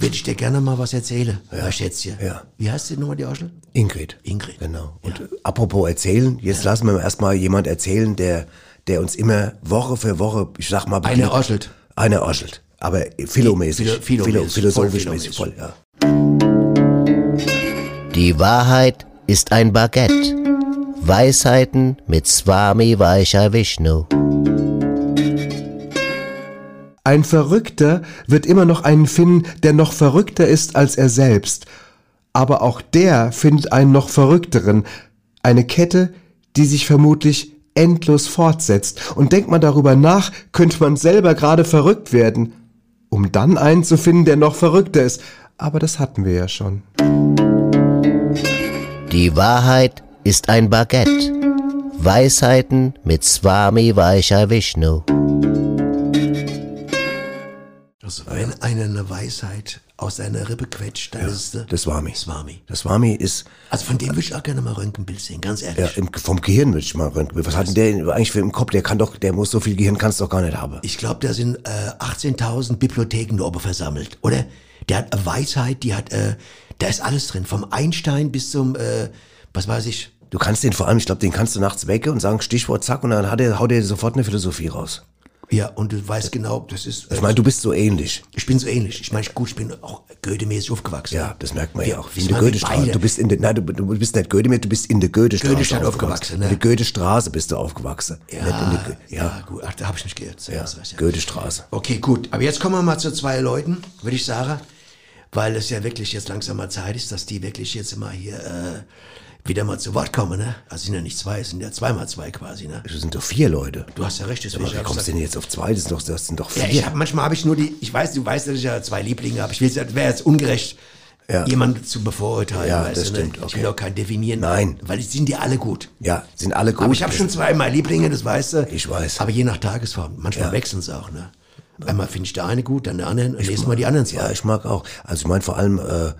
würde ich dir gerne mal was erzählen, mein Schätzchen. Ja. Wie heißt die nochmal, die Orgel? Ingrid. Ingrid. Genau. Und apropos erzählen, jetzt lassen wir erstmal jemand erzählen, der, der uns immer Woche für Woche, ich sag mal, Einer orschelt. Einer orschelt. Aber philomäßig. Philo- philomäßig. Philo- philosophisch Voll mäßig, voll, ja. Die Wahrheit ist ein Baguette. Weisheiten mit Swami Weicher Vishnu. Ein Verrückter wird immer noch einen finden, der noch verrückter ist als er selbst. Aber auch der findet einen noch verrückteren. Eine Kette, die sich vermutlich endlos fortsetzt. Und denkt man darüber nach, könnte man selber gerade verrückt werden, um dann einen zu finden, der noch verrückter ist. Aber das hatten wir ja schon. Die Wahrheit ist ein Baguette. Weisheiten mit Swami Vaishya Vishnu. Also, wenn einer eine Weisheit aus seiner Rippe quetscht, dann ist es Das Swami. Swami. Das Swami ist. Also von dem würde ich auch gerne mal Röntgenbild sehen, ganz ehrlich. Ja, im, vom Gehirn würde ich mal Röntgen. Was hat denn der eigentlich für im Kopf? Der kann doch, der muss so viel Gehirn kannst doch gar nicht haben. Ich glaube, da sind äh, 18.000 Bibliotheken nur oben versammelt, oder? Der hat eine Weisheit, die hat, äh, da ist alles drin, vom Einstein bis zum, äh, was weiß ich. Du kannst den vor allem, ich glaube, den kannst du nachts wecken und sagen Stichwort zack und dann hat er, haut er sofort eine Philosophie raus. Ja, und du weißt genau, das ist. Ich meine, du bist so ähnlich. Ich bin so ähnlich. Ich meine, ich- gut, ich bin auch Goethe-mäßig aufgewachsen. Ja, das merkt man Wir- ja auch. wir in der waren Goethestraße. beide- Du bist in der, nein, du, du bist nicht Goethe mehr, du bist in der Goethestraße. Goethestadt aufgewachsen, In ne? der Goethestraße bist du aufgewachsen. Ja, Nicht in der Go- ja. gut, ach, da habe ich mich geirrt. Also, Ja, das weiß ich. Goethestraße. Okay, gut. Aber jetzt kommen wir mal zu zwei Leuten, würde ich sagen, weil es ja wirklich jetzt langsam mal Zeit ist, dass die wirklich jetzt mal hier äh, wieder mal zu Wort kommen, ne? Also sind ja nicht zwei, es sind ja zweimal zwei quasi, ne? Das sind doch vier Leute. Du hast ja recht, deswegen Aber wie hab ich kommst du gesagt- denn jetzt auf zwei? Das sind doch, das sind doch vier. Ja, ich hab, manchmal habe ich nur die, ich weiß, du weißt, dass ich ja zwei Lieblinge habe. Ich will wäre jetzt ungerecht, Ja. jemanden zu bevorurteilen. Ja, weißt das du, stimmt, Ne? Ich okay. will auch keinen definieren. Nein. Weil die sind ja alle gut. Ja, sind alle gut. Aber ich habe schon zwei meiner Lieblinge, das weißt du. Ich weiß. Aber je nach Tagesform. Manchmal wechseln sie auch, ne? Einmal finde ich der eine gut, dann der andere. Und lesen mal die anderen zwei. Ja, ich mag auch. Also ich meine vor allem, äh,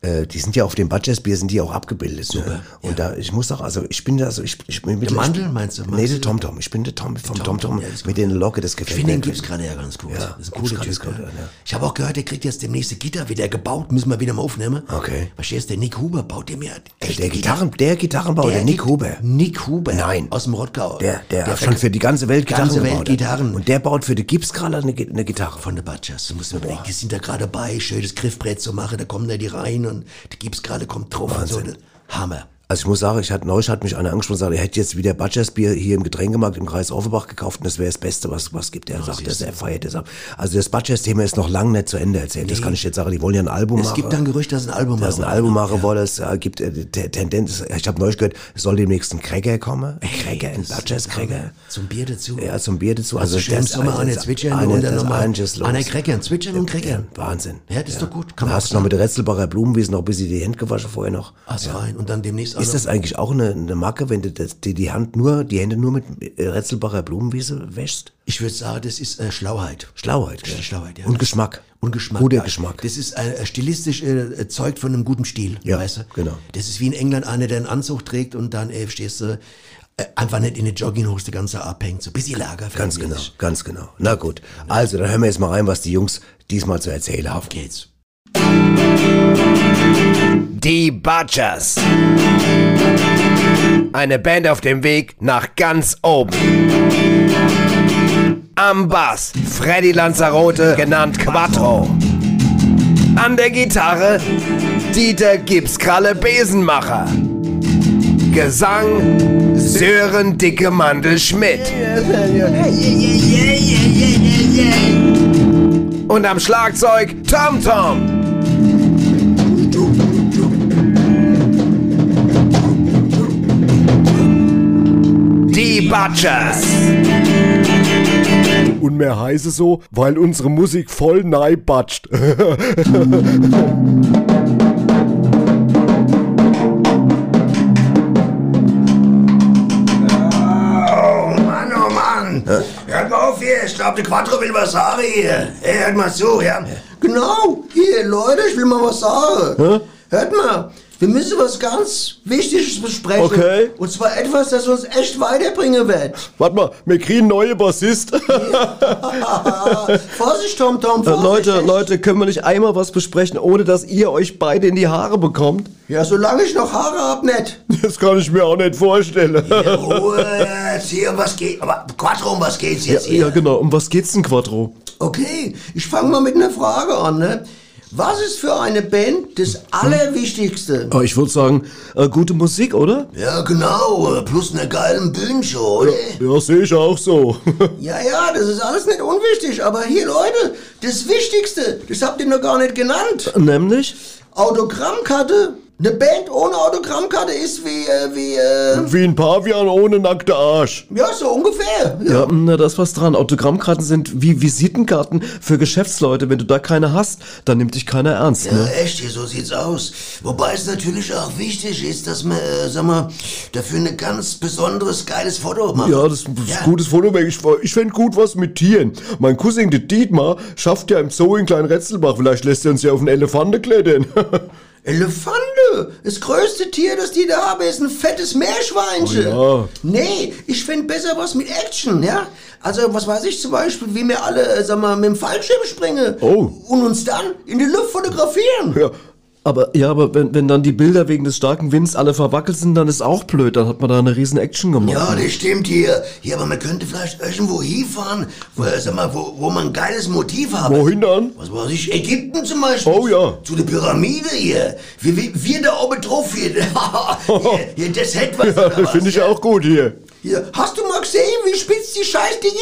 äh, die sind ja auf dem Budgetbier sind die auch abgebildet. Super. Ne? Und da, ich muss auch, also ich bin da, also ich, ich bin mit Der Mandel, meinst du? Nee, der TomTom. Ich bin der Tom vom TomTom ja, das ist mit den Locke, das Ich gefällt finde, mir. den gibt's gerade ja ganz gut. Ja, das ist ein gibt's cooler gerade, Typ. ist gut, ja. ja. Ich habe auch gehört, der kriegt jetzt demnächst eine Gitarre wieder gebaut. Müssen wir wieder mal aufnehmen. Okay. Verstehst du? Der Nick Huber baut dem ja echt Der Gitarren, der Gitarrenbauer, der, Nick Huber. Nick Huber. Nein. Aus dem Rottgau. Der, der, hat ver- schon für die ganze Welt Gitarren ganze Welt gebaut. Gitarren. Und der baut für die Gipskraler eine, Gi- eine Gitarre. Von der Badgers. Du musst mir überlegen, die sind da gerade bei, schönes Griffbrett zu machen. Da kommen da die rein und die Gipskralle kommt drauf. Und so. Wahnsinn. Hammer. Also ich muss sagen, ich hatte neulich hat mich einer angesprochen und gesagt, er hätte jetzt wieder Butchersbier hier im Getränkemarkt im Kreis Offenbach gekauft und das wäre das Beste, was was gibt. Er sagt, das er feiert das ab. Also das Butchers-Thema ist noch lange nicht zu Ende erzählt. Das Nee. kann ich jetzt sagen. Die wollen ja ein Album Es machen. gibt dann Gerücht, dass ein Album dass ein machen. Album machen wollen. Es äh, gibt äh, Te- Tendenz. Ich habe neulich gehört, es soll demnächst ein Cracker kommen. Ein Cracker, ein Butchers-Cracker. Zum Bier dazu. Ja, zum Bier dazu. Also, schön im Sommer eine zwitschern und dann nochmal eine kreckern, zwitschern und kreckern. Wahnsinn. Ja, das ist doch gut. Da Kann man hast du noch mit der Retzelbacher Blumenwiesen noch ein bisschen die Hände gewaschen vorher noch. Ass rein und dann demnächst auch Ist das noch- eigentlich auch eine, eine Marke, wenn du das, die, die Hand nur, die Hände nur mit äh, Retzelbacher Blumenwiese wäschst? Ich würde sagen, das ist äh, Schlauheit. Schlauheit, Sch- gell? Schlauheit, ja. Und Geschmack. Und Geschmack. Guter ja. Geschmack. Das ist äh, stilistisch äh, zeugt von einem guten Stil, Ja, weißt du? genau. Das ist wie in England einer, der einen Anzug trägt und dann äh, stehst du äh, einfach nicht in eine Jogginghose die ganze abhängt, so ein bisschen Lager. Ganz genau, ganz genau. Na gut. Also, dann hören wir jetzt mal rein, was die Jungs diesmal zu erzählen haben. Auf geht's. Die Butchers. Eine Band auf dem Weg nach ganz oben. Am Bass Freddy Lanzarote, genannt Quattro. An der Gitarre Dieter Gipskralle Besenmacher. Gesang Sören Dicke Mandel Schmidt. Und am Schlagzeug Tom Tom. Die Butchers. Und mehr heiße so, weil unsere Musik voll nein batscht. Mann, oh Mann! Hört mal auf hier, ich glaube, der Quattro will was sagen hier. Hey, hört mal zu, ja? Genau, hier, Leute, ich will mal was sagen. Hört mal, wir müssen was ganz Wichtiges besprechen. Okay. Und zwar etwas, das uns echt weiterbringen wird. Warte mal, wir kriegen neue Bassist. Vorsicht, Tom, Tom, Äh, Leute, Leute, können wir nicht einmal was besprechen, ohne dass ihr euch beide in die Haare bekommt? Ja, solange ich noch Haare hab, nicht. Das kann ich mir auch nicht vorstellen. Ruhe jetzt hier, um was geht? Aber Quattro, um was geht's Ja, jetzt hier? ja, genau. Um was geht's denn, Quattro? Okay, ich fange mal mit einer Frage an. Ne? Was ist für eine Band das Allerwichtigste? Aber Oh, ich würde sagen, äh, gute Musik, oder? Ja, genau, plus einer geilen Bühnenshow, oder? Ja, sehe ich auch so. Ja, ja, das ist alles nicht unwichtig, aber hier, Leute, das Wichtigste, das habt ihr noch gar nicht genannt. Nämlich? Autogrammkarte Eine Band ohne Autogrammkarte ist wie, äh, wie, äh, Wie ein Pavian ohne nackte Arsch. ja, so ungefähr. Ja, na, das was dran. Autogrammkarten sind wie Visitenkarten für Geschäftsleute. Wenn du da keine hast, dann nimmt dich keiner ernst. Ja, Ne? echt, hier, so sieht's aus. Wobei es natürlich auch wichtig ist, dass man, äh, sag mal, dafür ein ganz besonderes, geiles Foto macht. Ja, das ist ein gutes Foto. Ich, ich fände gut was mit Tieren. Mein Cousin, der Dietmar, schafft ja im Zoo in Klein-Retzelbach. Vielleicht lässt er uns ja auf einen Elefanten klettern. Elefante, das größte Tier, das die da haben, ist ein fettes Meerschweinchen. Oh ja. Nee, ich find besser was mit Action, ja? Also, was weiß ich zum Beispiel, wie wir alle, äh, sag mal, mit dem Fallschirm springen Oh. und uns dann in die Luft fotografieren. Ja. Aber, ja, aber wenn, wenn dann die Bilder wegen des starken Winds alle verwackelt sind, dann ist auch blöd. Dann hat man da eine riesen Action gemacht. Ja, das stimmt hier. Hier, aber man könnte vielleicht irgendwo hinfahren, wo, äh, sag mal, wo, wo man ein geiles Motiv hat. Wohin dann? Was weiß ich, Ägypten zum Beispiel. Oh ja. Zu der Pyramide hier. Wir, wir, wir da oben drauf hier. hier, hier das hätte was. oder Ja, was? finde ich auch gut hier. Hier, hast du mal gesehen, wie spitz die scheiß Dinger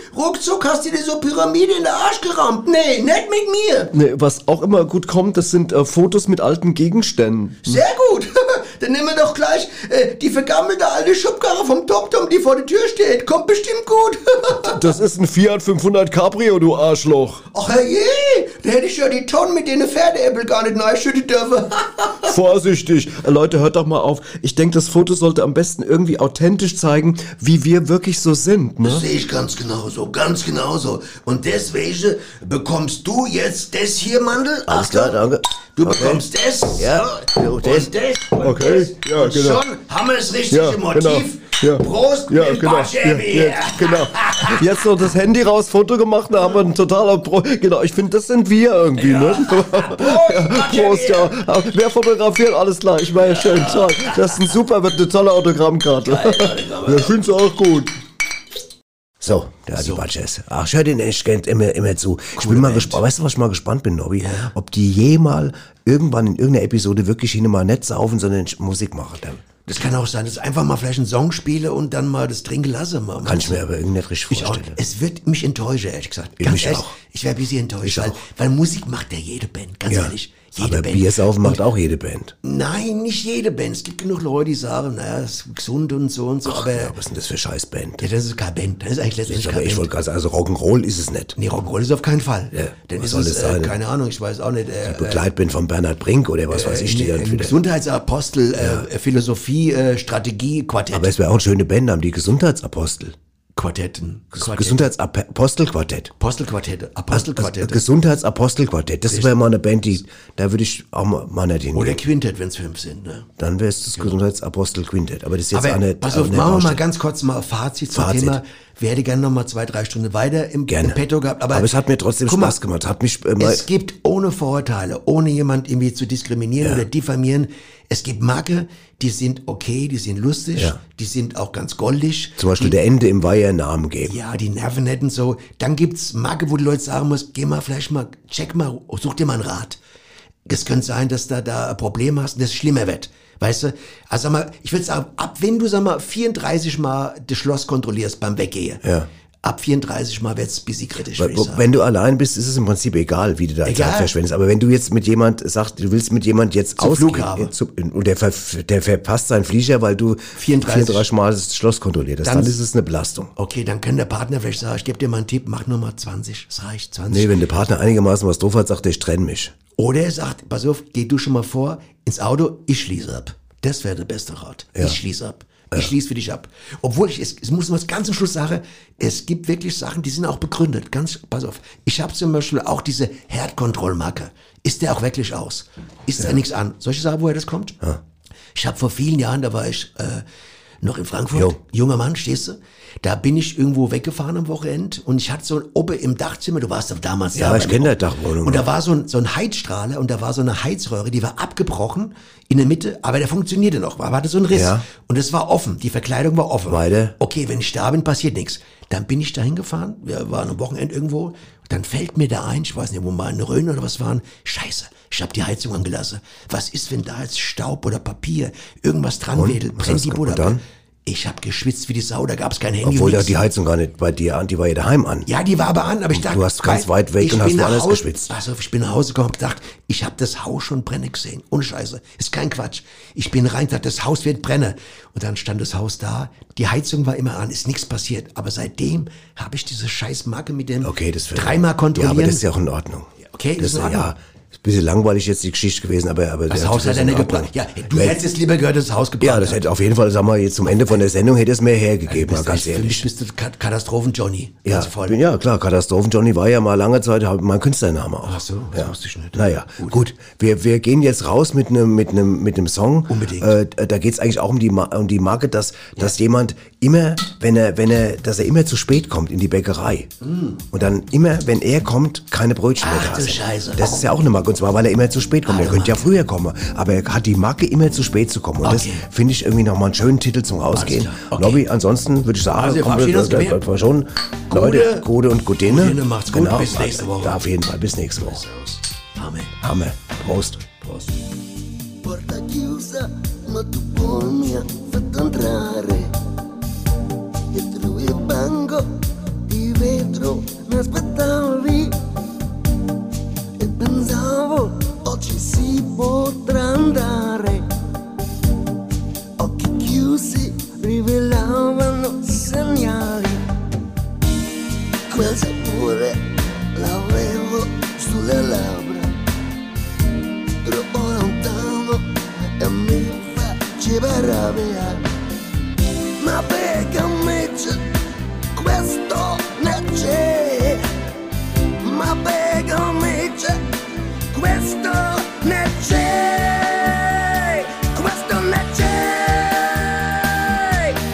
sind? Ruckzuck hast du dir so Pyramide in der Arsch gerammt. Nee, nicht mit mir. Nee, was auch immer gut kommt, das sind äh, Fotos mit alten Gegenständen. Sehr gut. Dann nehmen wir doch gleich äh, die vergammelte alte Schubkarre vom Tom-Tom, die vor der Tür steht. Kommt bestimmt gut. Das ist ein Fiat 500 Cabrio, du Arschloch. Ach herrje, da hätte ich ja die Tonnen mit denen Pferdeäppel gar nicht reinschütten dürfen. Vorsichtig. Äh, Leute, hört doch mal auf. Ich denke, das Foto sollte am besten irgendwie authentisch zeigen, wie wir wirklich so sind. Ne? Das sehe ich ganz genauso, ganz genauso. Und deswegen bekommst du jetzt das hier, Mandel. Alles klar, danke. Du bekommst das. Ja, jo, das. Und das. Und Okay, das. ja, und genau. Schon haben wir das richtige Ja, Motiv. genau, ja. Prost Ja, mit dem genau, ja, Batschäbi. ja, genau. Jetzt noch das Handy raus, Foto gemacht, da haben wir ein totaler Pro. Genau, ich finde, das sind wir irgendwie, ne? Ja, Prost, ja. Wer fotografiert, alles klar. Ich meine, schönen Tag. Das ist ein super, wird eine tolle Autogrammkarte. Ja, ich finde es auch gut. So, da hat die Badges. Ach, ich höre den echt gern immer, immer zu. ich bin mal gespannt. Weißt du, was ich mal gespannt bin, Nobby? Ob die jemal irgendwann in irgendeiner Episode wirklich hin und mal nicht saufen, sondern Musik machen. Dann Das kann auch sein, dass ich einfach mal vielleicht einen Song spiele und dann mal das Trinken lasse. Mal. kann ich mir aber irgendwie nicht richtig Ich auch, vorstellen. es wird mich enttäuschen, ehrlich gesagt. Ich Ganz mich ehrlich, auch. Ich wäre ein bisschen enttäuscht, weil, weil Musik macht ja jede Band, ganz Ja. ehrlich. Jede Aber Band. Bier saufen macht auch jede Band. Nein, nicht jede Band. Es gibt genug Leute, die sagen, naja, es ist gesund und so und so. aber was ist denn das für Scheißband? Ja, das ist keine Band. Das ist eigentlich letztendlich aber keine ich Band. wollte gerade sagen, also Rock'n'Roll ist es nicht. Nee, Rock'n'Roll ist auf keinen Fall. Ja, Dann was ist soll es, das sein? Äh, keine Ahnung, ich weiß auch nicht. Äh, Begleitband von Bernhard Brink oder was weiß ich, die äh, dann ein wieder. Gesundheitsapostel, äh, Philosophie, äh, Strategie, Quartett. Aber es wäre auch eine schöne Band, haben die Gesundheitsapostel. Quartetten. Quartett. Gesundheitsapostelquartett. Apostelquartette. Apostelquartette. Also, Gesundheitsapostelquartett. Das wäre mal eine Band, die, da würde ich auch mal, mal nicht hingehen. Oder Quintett, wenn es fünf sind. Ne? Dann wäre es das Gesundheitsapostel Quintett. Aber das ist jetzt Aber auch nicht. pass auch auf, nicht machen wir mal Baustelle. ganz kurz mal Fazit zum Fazit. Thema. Wir hätten gerne noch mal zwei, drei Stunden weiter im, Gerne. im Petto gehabt. Aber, Aber es hat mir trotzdem Guck mal, Spaß gemacht. Hat mich, äh, mal, Es gibt ohne Vorurteile, ohne jemand irgendwie zu diskriminieren Ja. oder diffamieren. Es gibt Marke, die sind okay, die sind lustig, Ja. die sind auch ganz goldig. zum Beispiel der Ende im Weiher Namen geben. um Ja, die nerven hätten so. Dann gibt's Marke, wo die Leute sagen muss, geh mal vielleicht mal, check mal, such dir mal einen Rat. Es könnte sein, dass da da ein Problem hast und das schlimmer wird. Weißt du? Also sag mal, ich würde sagen, ab wenn du sag mal 34 mal das Schloss kontrollierst beim Weggehen, Ja. ab 34 mal wird's ein bisschen kritisch. würd Weil, ich wo- sagen. wenn du allein bist, ist es im Prinzip egal, wie du deine Egal. Zeit verschwendest. Aber wenn du jetzt mit jemand sagst, du willst mit jemand jetzt Zum ausgehen, Flughafen. äh, zu- und der, ver, der verpasst seinen Flieger, weil du 34 Mal das Schloss kontrolliert hast, Dann- dann, ist es eine Belastung. Okay, dann kann der Partner vielleicht sagen, ich gebe dir mal einen Tipp, mach nur mal 20, es reicht 20. Nee, wenn der Partner einigermaßen was drauf hat, sagt er, ich trenne mich. Oder er sagt, pass auf, geh du schon mal vor ins Auto, ich schließe ab. Das wäre der beste Rat. Ja. Ich schließe ab. Ich schließe für dich ab. Obwohl ich, es, es muss man ganz zum Schluss sagen, es gibt wirklich Sachen, die sind auch begründet. Ganz, pass auf. Ich habe zum Beispiel auch diese Herdkontrollmarke. Ist der auch wirklich aus? Ist da nichts an? Soll ich sagen, woher das kommt? Ich habe vor vielen Jahren, da war ich äh, noch in Frankfurt, junger Mann, stehst du? Da bin ich irgendwo weggefahren am Wochenende und ich hatte so ein Oppe im Dachzimmer, du warst doch damals Ja, da. ich beim kenne Oppe. das Dachwohnung. Und da war so ein, so ein Heizstrahler und da war so eine Heizröhre, die war abgebrochen in der Mitte, aber der funktionierte noch, aber hatte so einen Riss. Ja. Und es war offen, die Verkleidung war offen. Weiter. Okay, wenn ich da bin, passiert nichts. Dann bin ich da hingefahren, wir waren am Wochenende irgendwo, dann fällt mir da ein, ich weiß nicht, wo mal in Rhön oder was waren, scheiße, ich habe die Heizung angelassen. Was ist, wenn da jetzt Staub oder Papier, irgendwas dran Und? wedelt, Was brennt hast die du- Bude und ab? dann? Ich habe geschwitzt wie die Sau, da gab's kein Handy. Obwohl nix. ja die Heizung gar nicht bei dir an, die war ja daheim an. Ja, die war aber an, aber ich Und dachte. du hast ganz weit weg ich und hast bin nach woanders Hause- geschwitzt. Pass auf, ich bin nach Hause gekommen und gedacht, ich habe das Haus schon brennen gesehen. Ohne Scheiße. Ist kein Quatsch. Ich bin rein, dachte, das Haus wird brennen. Und dann stand das Haus da. Die Heizung war immer an, ist nichts passiert. Aber seitdem habe ich diese scheiß Marke mit dem Okay, das wird- dreimal Ja, kontrollieren. aber das ist ja auch in Ordnung. okay, das ist in Ordnung. ja. Ist ein bisschen langweilig jetzt die Geschichte gewesen, aber. aber Das Haus hat er nicht gebracht. Ja, du hättest es lieber gehört, das Haus gebracht. Ja, das hätte auf jeden Fall, sagen wir jetzt zum Ende von der Sendung, hätte es mehr hergegeben, mal ganz Für ehrlich. mich bist du Kat- Katastrophen-Johnny. Ja, Ganz voll. bin- ja, klar, Katastrophen-Johnny war ja mal lange Zeit hab- mein Künstlername auch. Ach so, das wusste ich nicht. Naja, gut. Wir, wir gehen jetzt raus mit einem mit einem mit einem Song. Unbedingt. Äh, da geht's eigentlich auch um die Ma um die Marke, dass dass jemand immer, wenn er wenn er, dass er immer zu spät kommt in die Bäckerei 嗯 und dann immer, wenn er kommt, keine Brötchen mehr Ach da du sind. Scheiße. Das ist ja auch eine Marke und zwar, weil er immer zu spät kommt. Er könnte ja früher kommen, aber er hat die Marke immer zu spät zu kommen. Und Okay. das finde ich irgendwie nochmal einen schönen Titel zum Rausgehen. Lobby, ansonsten würde ich sagen, Also, wir kommt- verabschieden uns das- gemäß- das war schon Gute- Leute, Gute und Gutine. Gutine, macht's gut, Genau. bis nächste Woche. Auf jeden Fall, bis nächste Woche. Amen. Hammer. Prost. Chiusa, ma tu poi mi ha fatto entrare. Dietro il banco di vetro mi aspettavi e pensavo oggi si potrà andare. Occhi chiusi rivelavano segnali. Quel sapore l'avevo sulle labbra. Però lontano e mi faceva rabbia. Ma perché a me c'è questo ne c'è? Ma perché a me c'è questo ne c'è? Questo ne c'è!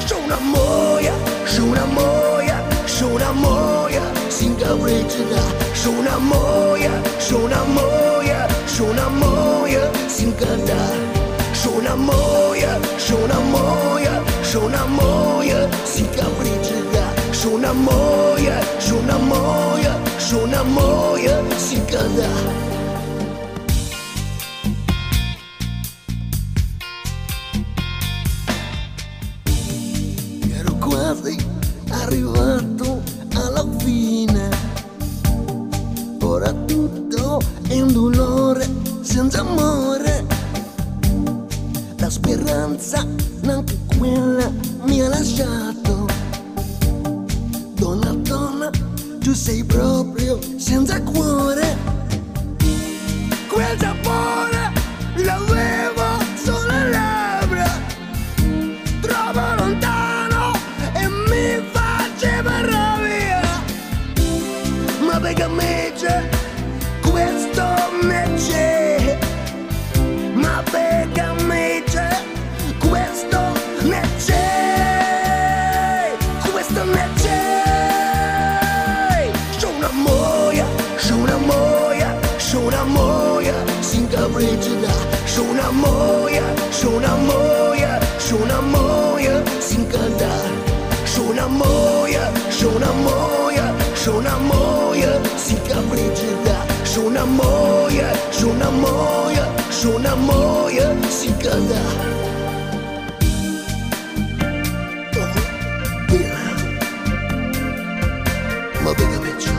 C'è una moia, c'è una moia, c'è una moia, singa regina. C'è una moia, c'è una moia, c'è una moia, singada. C'è una moia, c'è una moia, c'è una moia, si capricida. C'è una moia, c'è una moia, c'è una moia, si cada. Ero quasi arrivato alla fine. Ora tutto è un dolore senza amore. La speranza, neanche quella mi ha lasciato. Donna, donna, tu sei proprio senza cuore. Quel sapore l'avevo sulle labbra troppo lontano e mi faceva rabbia. Ma perché a me c'è questo me c'è? Ma perché a me c'è questo me c'è? Questo me c'è. C'è una moia, c'è una moia, c'è una moia, singa rigida. C'è una moia, c'è una moia, c'è una moia, singada. C'è una moia, c'è una moia, c'è una moia, singa rigida. C'è una moia, c'è una moia, c'è una moia, singada. Ma venga me c'è.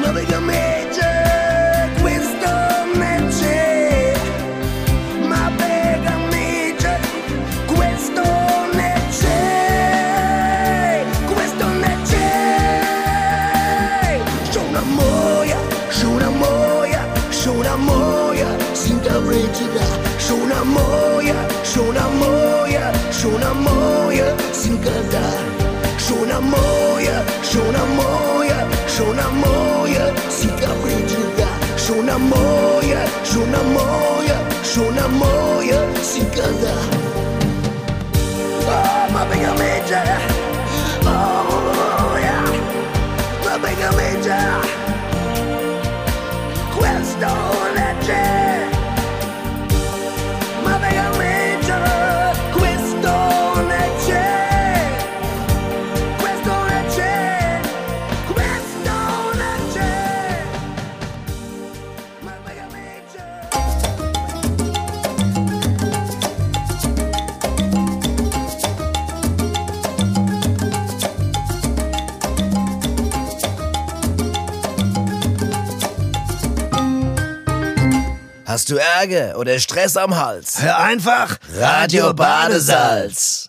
Ma venga me c'è, questo me c'è. Ma venga me c'è, questo me c'è. Questo me c'è. C'è una moia, c'è una moia, c'è una moia, singa rigida. C'è una moia, c'è una moia, c'è una moia, singa da. C'è una moia, c'è una moia, c'è una moia, si capricida. C'è una moia, c'è una moia, c'è una moia, si cada. Oh, ma venga meggia, oh, yeah. ma venga meggia. Questo legge, ma venga meggia, questo legge. Questo non c'è, questo non c'è. Ma vagamente c'è. Hast du Ärger oder Stress am Hals? Hör einfach Radio Badesalz.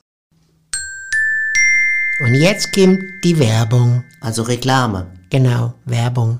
Und jetzt kommt die Werbung. Also Reklame. Genau, Werbung.